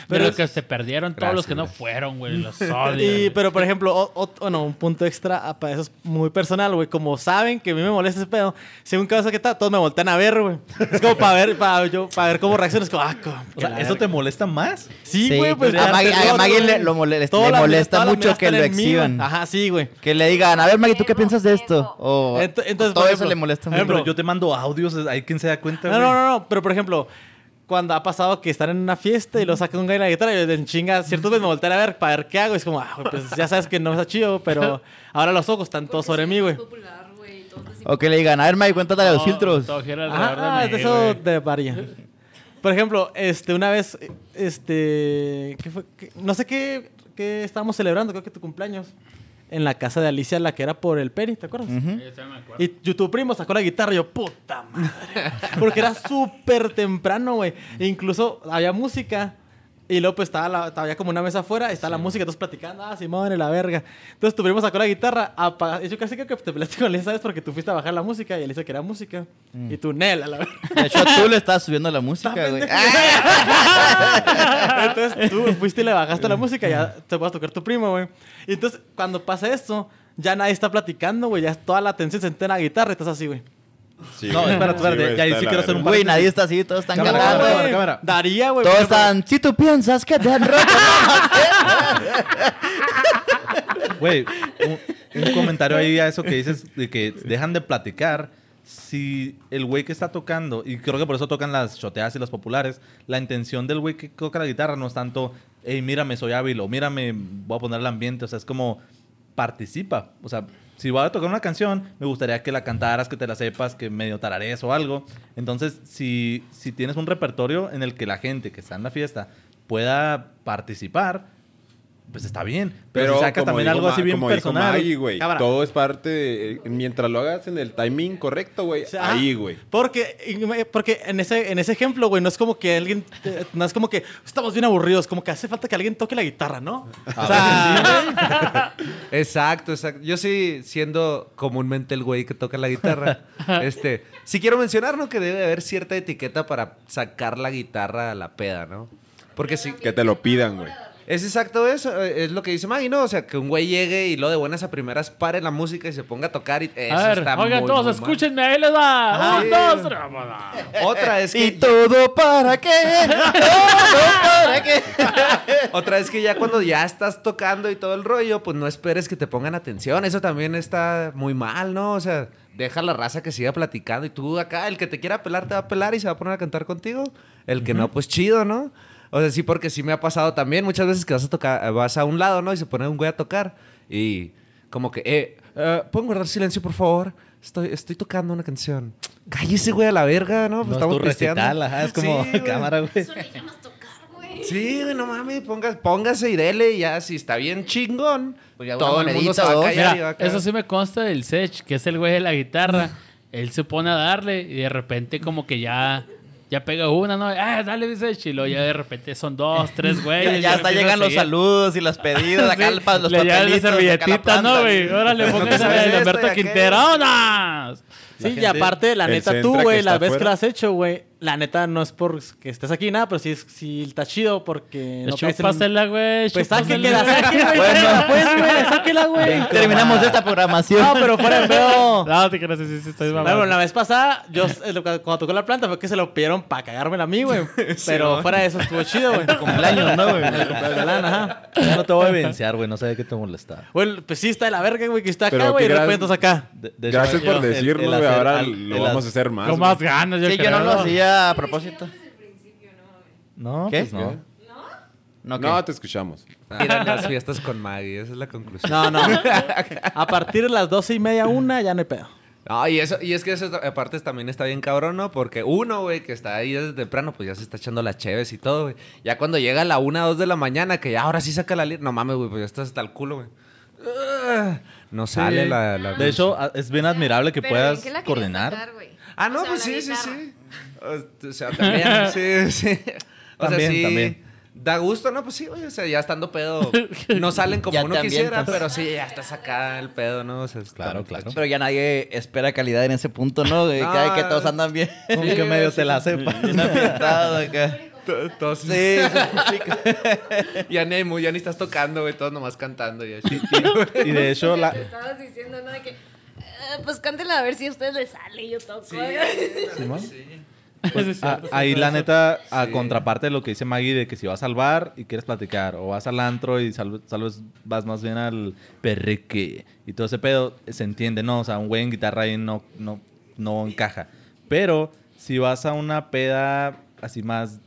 S2: Pero
S6: Pero-
S2: que se perdieron todos los que no fueron, güey. Los odio.
S6: Y,
S2: güey.
S6: pero, por ejemplo, o- o- bueno, un punto extra, ah, para eso es muy personal, güey. Como saben que a mí me molesta ese pedo, según cada cosa que está, todos me voltean a ver, güey. Es como para ver, para, yo, para ver cómo reaccionas. Como, ah, co-
S4: O sea, ¿eso te molesta más?
S6: Sí, güey, pues.
S3: a Maggie,
S6: darte
S3: a
S6: todo,
S3: Maggie
S6: güey.
S3: le, lo molest-
S6: Toda
S3: le
S6: la-
S3: molesta
S6: toda la
S3: mucho
S6: mirada
S3: que
S6: está
S3: lo
S6: en mí, güey.
S3: exhiban.
S6: Ajá, sí, güey.
S3: Que le digan, a ver, Maggie, ¿tú qué piensas de esto? O,
S6: Ent-
S3: todo
S6: entonces, por
S3: eso
S6: ejemplo,
S3: le molesta
S6: por
S3: mucho.
S6: ejemplo,
S4: Pero yo te mando audios, hay quien se da cuenta.
S6: No,
S4: güey.
S6: no, no, no, pero por ejemplo, cuando ha pasado que están en una fiesta y lo saca un güey en la guitarra y yo en chinga, ciertas veces me voltean a ver para ver qué hago. y Es como, ah, güey, pues ya sabes que no está chido, pero ahora los ojos están todos sobre mí, güey.
S5: popular, güey, pues, todos así.
S3: O que le digan, a ver, Maggie, cuéntate los filtros.
S2: Todo gira alrededor
S6: Ah,
S2: de mí,
S6: eso
S2: güey.
S6: te varía. Por ejemplo, este, una vez, este, ¿qué fue? ¿Qué? no sé qué, qué estábamos celebrando, creo que tu cumpleaños. En la casa de Alicia, la que era por el Peri, ¿te acuerdas?
S2: Yo también me acuerdo.
S6: Y tu, tu primo sacó la guitarra y yo, puta madre. Porque era súper temprano, güey. E Incluso había música. Y luego pues estaba, la- había como una mesa afuera, y estaba la música, todos platicando, ah, Simón, y la verga. Entonces tu primo sacó la guitarra, apaga- y yo casi creo que te peleaste con él, ¿sabes? Porque tú fuiste a bajar la música y él dice que era música. Y tú, Nel, a la verga.
S3: De hecho, tú le estás subiendo la música, güey.
S6: Entonces tú fuiste y le bajaste la música, ya te vas a tocar tu primo, güey. Y entonces cuando pasa esto, ya nadie está platicando, güey, ya toda la atención se entera en la guitarra y estás así, güey.
S7: Sí,
S4: No,
S7: güey.
S4: espérate, espérate,
S7: güey,
S4: ya ahí
S7: está
S4: sí
S7: la
S4: quiero hacer un
S7: verga.
S3: Ah, Güey, nadie está así, todos están
S4: Cámara,
S3: cantando.
S4: cámara, cámara.
S6: Daría, güey.
S3: Todos
S6: pero-
S3: están, si tú piensas que te han roto.
S4: Güey, un- un comentario ahí a eso que dices de que dejan de platicar si el güey que está tocando, y creo que por eso tocan las choteadas y las populares, la intención del güey que toca la guitarra no es tanto, hey, mírame, soy hábil, o mírame, voy a poner el ambiente, o sea, es como participa, o sea, si vas a tocar una canción, me gustaría que la cantaras, que te la sepas, que medio tararees o algo. Entonces, si, si tienes un repertorio en el que la gente que está en la fiesta pueda participar, pues está bien. Pero, si sacas
S7: como
S4: también
S7: dijo
S4: algo así
S7: Ma-
S4: bien
S7: como dijo
S4: personal.
S7: Maggie, güey,
S6: Cámara.
S7: todo es parte de- eh, mientras lo hagas en el timing correcto, güey.
S6: O sea,
S7: ahí, güey.
S6: Porque, porque en, ese, en ese ejemplo, güey, no es como que alguien. eh, No es como que estamos bien aburridos, como que hace falta que alguien toque la guitarra, ¿no? O sea,
S1: Ah, Exacto, exacto. Yo sí, siendo comúnmente el güey que toca la guitarra, este, sí quiero mencionar, ¿no? Que debe haber cierta etiqueta para sacar la guitarra a la peda, ¿no? Porque sí,
S7: Que te lo pidan, güey.
S1: es exacto eso, eh, es lo que dice Maggie, ¿no? O sea, que un güey llegue y lo de buenas a primeras pare la música y se ponga a tocar y eso
S2: a ver,
S1: está
S2: oigan
S1: muy,
S2: todos,
S1: muy mal.
S2: escúchenme, ahí les va.
S3: Ah,
S1: Ajá.
S2: Un, dos, tres, vámonos.
S1: Otra es que
S3: ¿Y todo para qué? ¿Todo para qué?
S1: Otra vez que ya cuando ya estás tocando y todo el rollo, pues no esperes que te pongan atención. Eso también está muy mal, ¿no? O sea, deja a la raza que siga platicando y tú acá, el que te quiera pelar te va a pelar y se va a poner a cantar contigo. El que no, pues chido, ¿no? O sea, sí, porque sí me ha pasado también muchas veces que vas a tocar, vas a un lado, ¿no? Y se pone un güey a tocar y como que, eh, eh, ¿pueden guardar silencio, por favor? Estoy, estoy tocando una canción. Cállese, güey, a la verga, ¿no? Pues
S4: No es tu
S1: pisteando.
S4: recital, ajá, es como
S1: Sí, güey.
S4: cámara, güey.
S5: Eso le llamas tocar, güey.
S1: Sí, güey, no mames, ponga- póngase y dele y ya, si está bien chingón,
S3: Pues ya una
S1: todo el mundo se
S3: monedita,
S1: va a
S3: dos.
S1: callar y va
S2: Mira,
S1: a caer.
S2: eso sí me consta del Sech, que es el güey de la guitarra. Él se pone a darle y de repente como que ya... Ya pega una, ¿no? Ah, dale, dice y luego ya de repente son dos, tres güeyes.
S3: Ya, ya hasta
S2: empieza
S3: llegan
S2: a
S3: los
S2: seguir.
S3: saludos y las pedidas, acá
S2: Sí,
S3: el pa- los
S2: le llevan la
S3: papelitos, acá la
S2: servilletita, ¿no,
S3: planta,
S2: güey? Órale,
S1: No te
S2: pónganse a
S1: sabes
S2: ver,
S1: esto y
S2: Alberto
S1: aquello.
S2: Quintero. ¡vámonos!
S6: sí,
S4: gente-
S6: y aparte, la
S7: el
S6: neta, tú,
S7: Centra que
S6: güey,
S7: está
S6: la vez que
S7: afuera.
S6: lo has hecho, güey, la neta no es por que estés aquí, nada, pero sí, es- sí está chido porque. no caes en-
S2: Chúpasela, güey.
S6: Pues
S2: chúpasela.
S6: saque que la saque, güey. Pues, güey, sáquela, güey.
S3: Terminamos esta programación.
S6: No, pero fuera de pedo.
S2: No, te creas, sí, sí, sí, estoy
S6: Claro,
S2: mamando.
S6: bueno, la vez pasada, yo eh, lo- cuando tocó la planta fue que se lo pidieron para cagármela a mí, güey. Pero fuera de eso estuvo chido, güey.
S3: Cumpleaños, ¿no, güey?
S6: Galán, ajá.
S4: Ya no te voy a evidenciar, güey, no sé de qué te molesta.
S6: Güey, pues sí, está de la verga, güey, que está acá,
S7: Pero
S6: güey, y
S7: qué
S6: de
S7: gran-
S6: repente estás acá.
S4: De- de hecho,
S7: Gracias
S4: yo-
S7: por
S4: el- el
S7: decirlo, güey.
S4: hacer
S7: Ahora
S4: al-
S7: lo
S4: el
S7: vamos
S4: haz-
S7: a hacer más.
S2: Con
S7: güey.
S2: más ganas, yo
S3: Sí, yo no lo
S2: creo.
S3: hacía a propósito.
S4: No,
S3: ¿Qué?
S4: pues no.
S3: No, ¿qué?
S7: No, te escuchamos.
S1: Ir a Ah, las fiestas con Maggie, esa es la conclusión.
S6: No, no. A partir de las doce y media, una, ya no hay pedo.
S1: No, y, eso, y es que eso aparte también está bien cabrón, ¿no? Porque uno, güey, que está ahí desde temprano, pues ya se está echando las cheves y todo, güey. Ya cuando llega a la una, dos de la mañana, que ya ahora sí saca la lira. No mames, güey, pues ya estás hasta el culo, güey. Ah, No sale
S4: Sí.
S1: la, la-
S4: De hecho, a- es bien admirable que
S5: Pero,
S4: puedas
S5: ¿en qué la querías
S4: coordinar.
S5: sacar, güey?
S1: Ah, no,
S5: O sea,
S1: pues sí,
S5: la
S1: sí,
S5: guitarra.
S1: sí. O sea, también, sí, sí. O
S4: También,
S1: sea, sí.
S4: también.
S1: Da gusto, ¿no? Pues sí, güey. O sea, ya estando pedo, no salen como
S3: Ya
S1: uno
S3: te
S1: quisiera,
S3: ambientas.
S1: pero sí, ya estás acá el pedo, ¿no? O sea, está-
S4: Claro, claro.
S3: Pero ya nadie espera calidad en ese punto, ¿no? güey? Cada vez que todos andan bien.
S4: Con que medio te la sepas.
S3: bien ambientados acá.
S1: To- Todos,
S3: Sí, eso explica.
S1: Ya ni hay mu- ya ni estás tocando, güey. Todos nomás cantando. Ya,
S4: Y de hecho,
S5: O sea,
S4: la,
S5: te estabas diciendo, ¿no? De que, "Ah, pues cántela a ver si a ustedes les sale y yo toco.
S2: Pues es
S4: Ah,
S2: cierto,
S4: ahí
S2: sí,
S4: la
S2: eso.
S4: neta, a
S1: Sí.
S4: contraparte de lo que dice Maggie de que si vas al bar y quieres platicar, o vas al antro y sal- tal vez vas más bien al perreque y todo ese pedo, se entiende, ¿no? O sea, un güey en guitarra ahí no, no, no encaja. Pero si vas a una peda así más,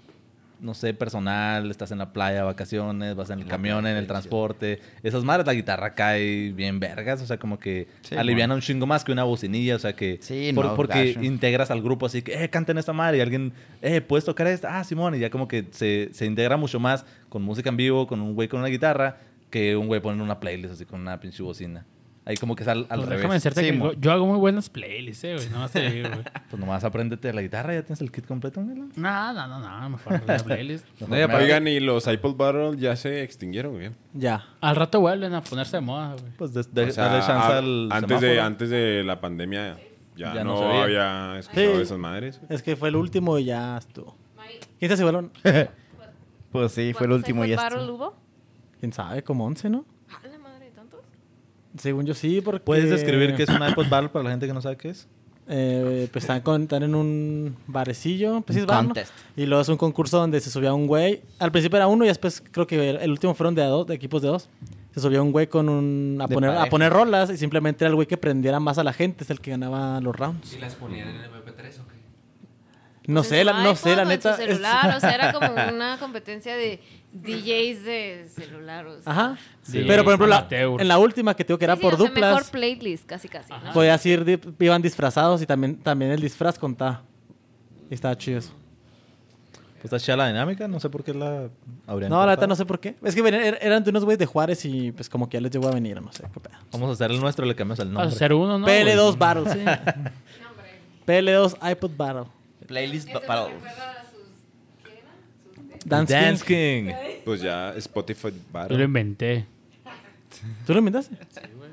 S4: no sé, personal, estás en la playa, vacaciones, vas en el camión, en el transporte, esas madres, la guitarra cae bien vergas, o sea, como que
S3: Sí,
S4: aliviana un chingo más que una bocinilla, o sea, que
S3: Sí,
S4: por-
S3: no,
S4: porque
S3: gacho.
S4: integras al grupo así que, eh, canten esta madre. Y alguien, eh, ¿puedes tocar esta? Ah, Simón. Y ya como que se, se integra mucho más con música en vivo, con un güey con una guitarra, que un güey pone una playlist así con una pinche bocina. Ahí como que es al, al
S2: Pues déjame
S4: revés.
S2: decirte
S3: Sí,
S2: que
S3: mo-
S2: yo, yo hago muy buenas playlists, eh, güey. No vas a ir, güey.
S4: Pues nomás apréndete la guitarra, ya tienes el kit completo, ¿no?
S2: No, no, no, no. Mejor hago una playlist.
S4: Mejor
S1: No, ya
S4: me-
S1: para-
S7: Oigan, y los iPod Battle ya se extinguieron, güey.
S6: Ya.
S2: Al rato vuelven a ponerse de moda, güey.
S4: Pues de- de-
S7: O sea,
S4: dale chance
S7: a-
S4: al
S7: antes, de,
S4: semáforo.
S7: antes de la pandemia ya,
S4: Ya no
S7: no,
S4: se veía.
S7: había escuchado
S6: Sí.
S7: esas madres. güey.
S6: Es que fue el último y ya estuvo. ¿Quién se hace balón?
S3: Pues sí, fue el último y ya está.
S5: hubo?
S6: ¿Quién sabe? Como once, ¿no?
S5: ¿A Ah, la madre de tantos?
S6: Según yo sí, porque...
S4: ¿Puedes describir qué es una iPod Battle para la gente que no sabe qué es?
S6: Eh, pues están, con- están en un barecillo, pues sí es
S3: Un
S6: bar, ¿no?
S3: contest.
S6: Y luego es un concurso donde se subía un güey. Al principio era uno y después creo que el, el último fueron de a dos, de equipos de dos. se subía un güey con un a
S3: De
S6: poner a
S3: parejas.
S6: poner rolas y simplemente era el güey que prendiera más a la gente es el que ganaba los rounds.
S1: ¿Y las ponían en MP3 o qué?
S6: No
S5: en
S6: sé,
S5: su
S6: la, no sé, la
S5: iPod o
S6: neta.
S5: En su
S6: es-
S5: celular, o sea, era como una competencia de DJs de celular. O sea.
S6: Ajá.
S2: Sí,
S6: Pero por ejemplo, la-
S2: amateur.
S6: en la última que tengo que Ah, era
S5: Sí, sí,
S6: por
S5: o sea,
S6: duplas,
S5: Mejor playlist, casi, casi. ¿no?
S6: podías ir, di- iban disfrazados y también, también el disfraz contaba. Y estaba chido eso.
S4: Pues está chida la dinámica, no sé por qué la habrían
S6: No, la neta
S4: cortado.
S6: no sé por qué. Es que venían- er- eran de unos güeyes de Juárez y pues como que ya les llegó a venir, no sé qué pedo.
S4: Vamos a hacer el nuestro, le cambiamos el
S2: Vas a
S4: nombre.
S2: hacer uno, ¿no? güey?
S6: PL2 Battle, sí. PL2 iPod Battle.
S3: Playlist
S5: Eso me
S3: para...
S5: recuerda a sus- ¿qué era?
S6: Dance,
S4: Dance
S6: King.
S4: King.
S7: Pues ya Spotify
S2: Yo lo
S7: Battle.
S2: inventé.
S6: ¿Tú lo inventaste?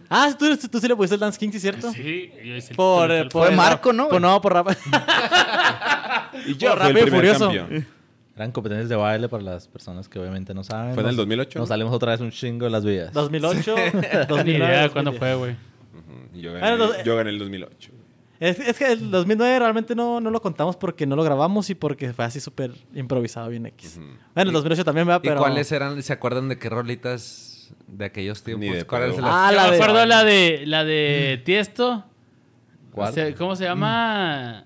S6: Ah, ¿tú, tú, tú sí le pusiste el Dance King, ¿sí es cierto?
S2: Sí, yo hice el
S6: Por, eh, por
S3: Fue
S6: el-
S3: Marco, ¿no?
S4: pues
S6: Por, no, por rap.
S7: Y yo
S6: Por
S7: fui el
S6: Rápido y
S7: primer
S6: Furioso.
S7: campeón.
S4: Eran competencias de baile para las personas que obviamente no saben.
S7: Fue en el
S4: Nos-
S7: 2008,
S4: Nos
S7: ¿no?
S4: salimos otra vez un chingo de las vidas.
S6: 2008,
S2: Ni
S6: 2009.
S2: idea de cuándo fue, güey.
S7: Ujú, y Yo
S6: Ah, no,
S7: gané,
S6: eh.
S7: yo gané el 2008.
S6: Es, es que el 2009 realmente no, no lo contamos porque no lo grabamos y porque fue así súper improvisado, bien X. Bueno, el 2008 también me va,
S1: ¿Y
S6: pero...
S1: cuáles eran? ¿Se acuerdan de qué rolitas de aquellos tiempos?
S7: Ni de
S1: ¿Cuáles
S7: pedo.
S1: eran las-
S6: Ah,
S2: Yo
S6: la
S2: me
S6: de...
S2: acuerdo la de, la de Tiesto.
S4: ¿Cuál?
S2: Se- ¿Cómo se llama?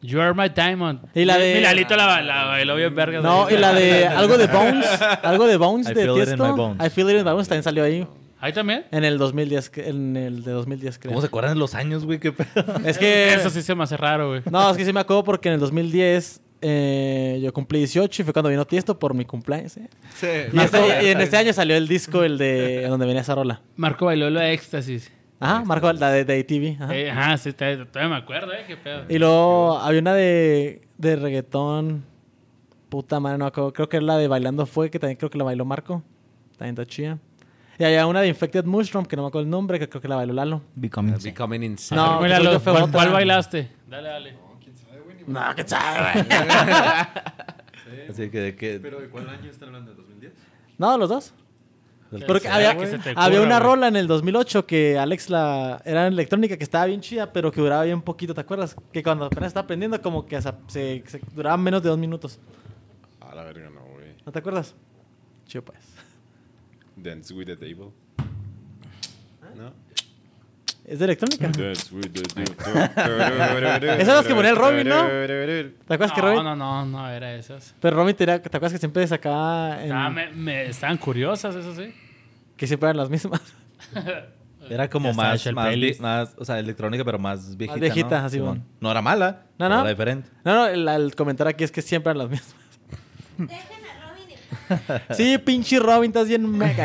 S2: You are my diamond.
S6: Y la de-
S2: Mi Lalito la, la bailó bien verga.
S6: No, y la de... Algo de Bones. Algo de Bones
S4: I
S6: de
S4: feel it in
S6: Tiesto.
S4: my bones.
S6: I Feel It In My Bones también salió ahí.
S2: Ahí también.
S6: En el 2010, que- en el de 2010 creo.
S4: ¿Cómo se acuerdan de los años, güey? ¿Qué pedo?
S6: Es que...
S2: Eso sí se me hace raro, güey.
S6: No, es que sí me acuerdo porque en el 2010 eh, yo cumplí 18 y fue cuando vino Tiesto por mi cumpleaños. ¿eh? Y, este- y en este año salió el disco, el de donde venía esa rola.
S2: Marco bailó la de éxtasis.
S6: Ajá, Marco, la de, de ATV. Ajá.
S2: Eh, Ajá, sí, todavía todavía me acuerdo, ¿eh? Qué pedo.
S6: Y luego había una de, de reggaetón. Puta madre, no me acuerdo. Creo que era la de Bailando Fue, que también creo que la bailó Marco. También está chida. Y había una de Infected Mushroom, que no me acuerdo el nombre, que creo que la bailó Lalo.
S3: Becoming.
S1: Becoming Insane.
S6: No,
S2: Mira,
S6: creo que
S2: lo-
S6: fue
S2: ¿cuál,
S6: otra.
S2: cuál bailaste? Dale, dale.
S6: No, que sabe, güey.
S4: Así que de que...
S7: ¿Pero de cuál año están hablando? ¿2010?
S6: No, los dos.
S4: del
S6: Porque
S4: que-
S2: sea,
S6: había,
S2: güey. Que se te
S6: había
S2: ocurra,
S6: una
S2: güey.
S6: rola en el 2008 que Alex la... Era electrónica, que estaba bien chida, pero que duraba bien poquito, ¿te acuerdas? Que cuando apenas estaba aprendiendo, como que se, se- se- duraba menos de dos minutos.
S7: A la verga, no, güey.
S6: ¿No te acuerdas? Chido, pues.
S7: Dance with the table. ¿No?
S6: Es de electrónica. ¿Te
S7: Dance with the table.
S6: Esas las que ponía el Robin, ¿no? acuerdas que Robin?
S2: No, no, no, no era esas.
S6: Pero Romy, ¿te, era- ¿te acuerdas que siempre sacaba en-
S2: Estaba- me- me- estaban curiosas, eso sí.
S6: que siempre eran las mismas?
S7: Eh,
S4: Era como
S2: Ya estaba
S4: más,
S2: hecho el
S4: más,
S2: playlist.
S4: vi- más, o sea, electrónica, pero más viejita,
S6: viejita,
S4: ¿no?
S6: así,
S4: Simón.
S6: bueno.
S4: No era mala,
S6: No,
S4: no,
S6: no.
S4: no. era diferente.
S6: No, no, el, el comentario aquí es que siempre eran las mismas. Sí, pinche Robin, estás bien mega.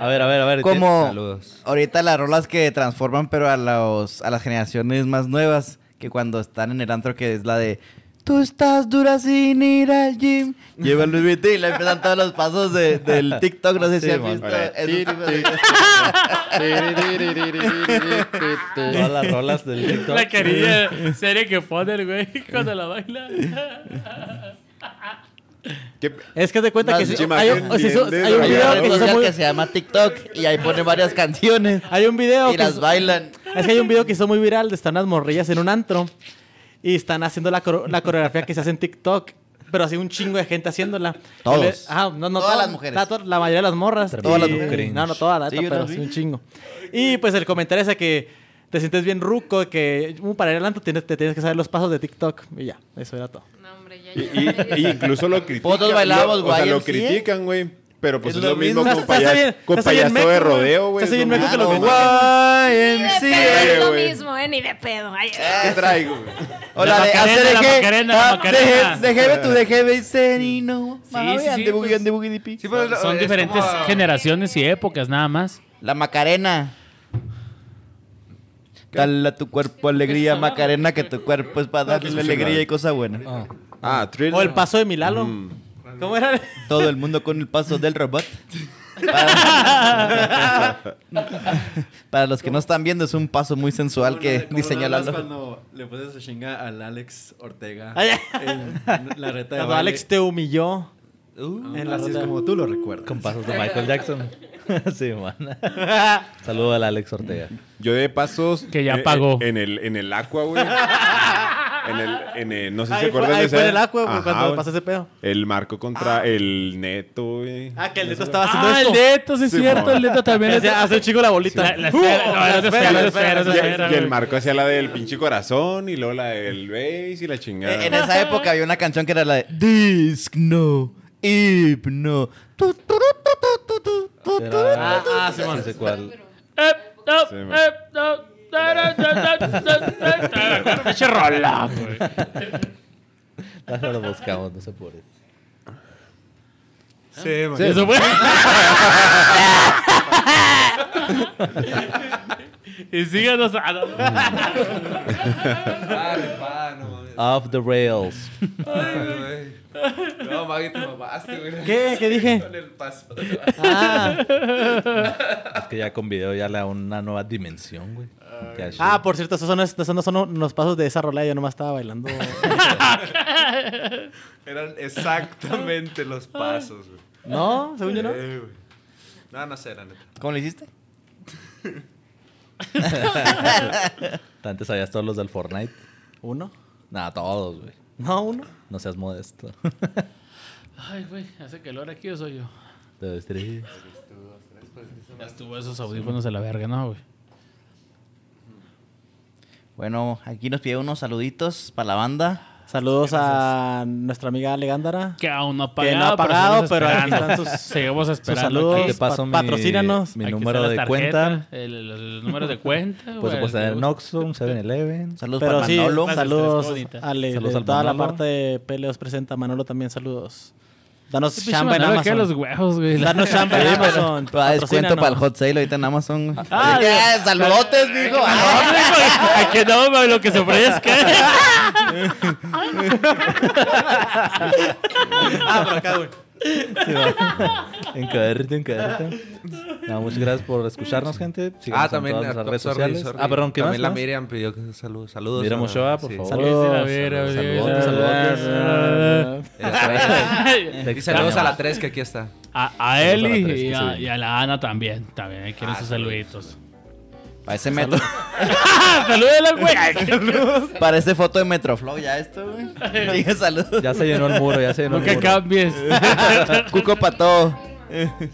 S4: A ver, a ver, a ver.
S3: Como
S1: Saludos.
S3: ahorita las rolas que transforman, pero a, los, a las generaciones más nuevas, que cuando están en el antro, que es la de... Tú estás dura sin ir al gym. Lleva el Luis y le empiezan todos los pasos de- del TikTok. No sé si
S4: Sí,
S3: has
S4: man.
S3: visto.
S7: Ahora,
S3: esos tipos de-
S4: Tienes Todas las rolas del TikTok.
S2: La querida serie que pone el güey cuando la baila.
S7: ¿Qué?
S6: Es que te cuenta que
S3: Las
S6: sí,
S7: Jim
S6: hay, un- o sí, so-
S7: entiendes,
S6: hay un
S3: Hay
S6: video
S7: rayado.
S3: una
S6: que
S3: red
S6: está
S3: social
S6: muy-
S3: que se llama TikTok y ahí pone varias canciones
S6: hay un
S3: y
S6: video que
S3: las bailan.
S6: Es que hay un video que hizo muy viral de están unas morrillas en un antro y están haciendo la, coro- la coreografía que se hace en TikTok, pero así un chingo de gente haciéndola.
S3: Todos.
S6: Y le- Ajá, no, no
S3: Todas
S6: todas
S3: las mujeres.
S6: La, to- la mayoría de las morras.
S4: Todas
S6: y-
S4: las mujeres.
S6: No, no todas, la
S3: Sí,
S6: neta,
S3: yo
S6: pero
S3: las
S6: sí
S3: vi.
S6: un chingo. Y pues el comentario es que te sientes bien ruco, que uh, para ir al antro tienes, te tienes que saber los pasos de TikTok y ya, eso era todo.
S5: No, hombre, ya
S7: Y,
S5: ya me
S7: y- y incluso lo critican.
S3: Todos bailábamos
S7: lo- O sea, lo
S3: YMCA.
S7: critican, güey. Pero pues
S3: Es
S7: es,
S3: lo
S7: lo mismo
S3: mismo.
S7: con,
S6: Está- está
S7: payas-
S6: bien-
S7: con
S6: está bien
S7: payaso
S6: meco,
S7: de
S6: güey.
S7: rodeo, güey.
S6: Está bien
S3: Ah,
S7: es lo
S6: meco que
S7: mismo.
S6: lo
S7: No,
S6: critican.
S5: Ni de
S3: YMCA.
S5: pedo es lo
S7: güey.
S5: mismo, eh, ni de pedo. Ay,
S7: ¿Qué traigo, güey?
S3: O la
S2: La
S3: de
S2: Macarena,
S3: hacer ah,
S2: la Macarena, la Macarena.
S3: Dejeme tu dejeme serino.
S2: Sí, sí, sí, pues.
S1: Sí, pero es-
S2: Son
S1: es
S2: diferentes
S1: como-
S2: generaciones y épocas, nada más.
S3: La Macarena. Dale a tu cuerpo alegría, Macarena, que tu cuerpo es para darle alegría y cosa buena.
S7: Ah, thriller.
S6: O el paso de Milalo.
S7: Mm.
S6: ¿Cómo era?
S3: Todo el mundo con el paso del robot. Para los que no están viendo, es un paso muy sensual que diseña Lalo.
S8: cuando le pones a chinga al Alex Ortega
S6: Ay,
S8: en la reta de
S6: Cuando
S8: baile.
S6: Alex te humilló.
S3: Uh.
S6: en la
S8: Así es
S6: reta.
S8: como tú lo recuerdas.
S4: Con pasos de Michael Jackson. sí, man. Saludo al Alex Ortega.
S7: Yo de pasos.
S2: Que ya
S7: eh,
S2: pagó.
S7: En, en el, en el Aqua, güey. En el, en el- no sé si se
S6: Ahí fue,
S7: acuerdan de
S6: ahí
S7: ese.
S6: fue en el agua, güey,
S7: Ajá,
S6: cuando
S7: güey.
S6: pasó ese pedo.
S7: El marco contra el neto, güey.
S6: Ah, que el neto estaba haciendo
S2: Ah, el
S6: esto.
S2: neto, sí es
S7: Sí,
S2: cierto,
S7: mamá.
S2: el neto también.
S6: Hace, hace un chico la bolita.
S2: La, la esfera, no, era otra esfera, era otra esfera,
S7: Y,
S2: otra esfera,
S7: y el
S2: güey.
S7: marco hacía la del pinche corazón y luego la del bass y la chingada.
S3: Eh, En esa época había una canción que era la de Disc No, Hipno. Tu, tu, tu, tu, tu, tu, tu, tu.
S6: Ah, ah, sí,
S4: No sé cuál.
S2: Eh, no,
S7: Sí,
S2: eh, no, no, no, no, no, no, no. Pinche rola, güey.
S4: Ahora lo buscamos, no se puede.
S1: Sí, man.
S2: Sí, eso fue. y síganos a...
S1: Dale, pa, Ah, no mames.
S4: Off the rails.
S1: Ay, güey. No, Maggie, te mamaste, güey.
S6: ¿Qué? ¿Qué dije?
S1: Con el paso.
S6: Ah,
S4: Es que ya con video ya le da una nueva dimensión, güey. Qué chido.
S6: ah, por cierto, esos son, esos no son los pasos de esa rola. Yo nomás estaba bailando.
S1: Eran exactamente los pasos, güey.
S6: No, según yo no.
S1: Eh, güey. No, no sé, la neta.
S3: ¿Cómo lo hiciste?
S4: Antes sabías todos los del Fortnite.
S6: ¿Uno?
S4: Nada, todos, güey.
S6: No, uno.
S4: No seas modesto.
S2: Ay, güey, hace calor aquí o soy yo.
S4: Dos, tres.
S2: Ya estuvo esos audífonos a la verga, ¿no, güey?
S3: Bueno, aquí nos pide unos saluditos para la banda.
S6: Saludos a nuestra amiga Legándara.
S2: Que aún no ha
S6: Que
S2: pagado,
S6: no ha pagado, pero aquí
S2: seguimos
S6: están
S2: esperando.
S6: sus-
S2: Seguimos esperando.
S6: saludos.
S4: Te
S2: aquí.
S4: paso mi,
S6: Patrocínanos.
S4: mi
S2: Aquí
S4: número
S2: están
S4: de
S2: las tarjetas,
S4: cuenta.
S2: el- los, los números de cuenta.
S4: Pues
S2: güey,
S4: puedes
S2: el
S4: tener
S2: que guste.
S4: Noxum, 7-Eleven.
S3: Saludos
S6: Pero
S3: para
S6: sí, pues,
S3: Manolo. Ah,
S2: Gracias,
S6: saludos
S2: ustedes, bonita.
S6: a Le-
S4: Saludos
S6: de
S4: al
S6: toda la
S4: Manolo.
S6: parte de Peleos presenta. Manolo también saludos. Danos
S2: Ese pinche
S6: chamba en
S2: Manolo que
S6: Amazon.
S2: los huevos, güey.
S6: Danos chamba en Amazon.
S3: Pero a descuento
S6: Patrocínanos.
S3: para el hot sale ahorita en Amazon. güey.
S2: Ah,
S3: Así que, eh, saludotes, mijo. Ah,
S2: ¿A que no, güey? Lo que se ofrezca.
S6: Ah, por acá, güey.
S4: En caderte, en caderte. No, muchas gracias por escucharnos, gente. Síganos
S1: Ah,
S4: en
S1: también
S4: todas
S1: a
S4: nuestras
S1: Top
S4: redes
S1: Sorry,
S4: sociales.
S1: sorry.
S4: Ah, perdón, ¿qué
S1: También
S4: más?
S1: la
S4: no?
S1: Miriam pidió que saludos. Saludos.
S4: Mira,
S1: a-
S4: Moshoa, por
S1: sí.
S4: favor.
S2: Saludos, a ver, a
S4: Saludos,
S2: ver,
S4: saludos,
S2: a ver.
S4: saludos. Te
S1: Y saludos a la
S4: extrañamos.
S1: 3 que aquí está.
S2: A, a Eli
S4: Saludos a la tres,
S2: y, a,
S4: sí.
S2: y a la Ana también. También hay que sus saluditos. Ah,
S3: Para ese metro.
S2: Salúdela, güey. Ay,
S3: Para ese foto de Metroflow ya esto, güey. Dije saludos.
S4: Ya se llenó el muro, ya se llenó el
S2: Nunca
S4: muro.
S2: cambies.
S3: Cuco para todo.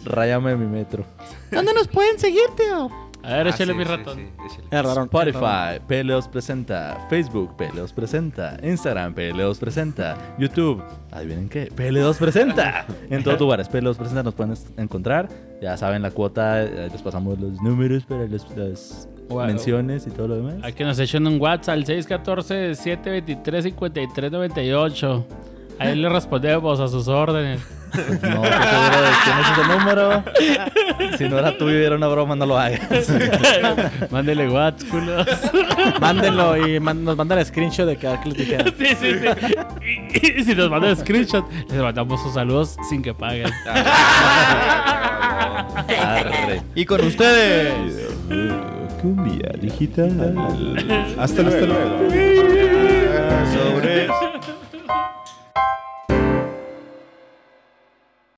S4: Ráyame mi metro.
S3: ¿Dónde nos pueden seguir, tío?
S2: A ver,
S1: Ah,
S2: échale
S1: sí,
S2: mi
S1: sí,
S2: ratón.
S1: sí, échale.
S6: Es raro.
S4: Spotify, Peleos Presenta. Facebook, Peleos Presenta. Instagram, Peleos Presenta. YouTube, adivinen qué, Peleos Presenta. En todos lugares, Peleos Presenta nos pueden es- encontrar. Ya saben la cuota, eh, les pasamos los números para los- las
S2: Wow.
S4: menciones y todo lo demás.
S2: A que nos echen un WhatsApp al 614-723-5398. Ahí le respondemos a sus órdenes.
S4: Pues no, estoy seguro de quién es ese número. Si no era tuyo y era una broma, no lo hagas.
S2: Mándele WhatsApp, culos.
S6: Mándenlo y man- nos mandan el screenshot de cada que les dijera.
S2: Sí, sí, sí. Y, y si nos mandan screenshot, les mandamos sus saludos sin que paguen.
S4: Arre.
S3: Y con ustedes.
S4: Cumbia digital.
S7: Hasta luego.
S3: Sobres.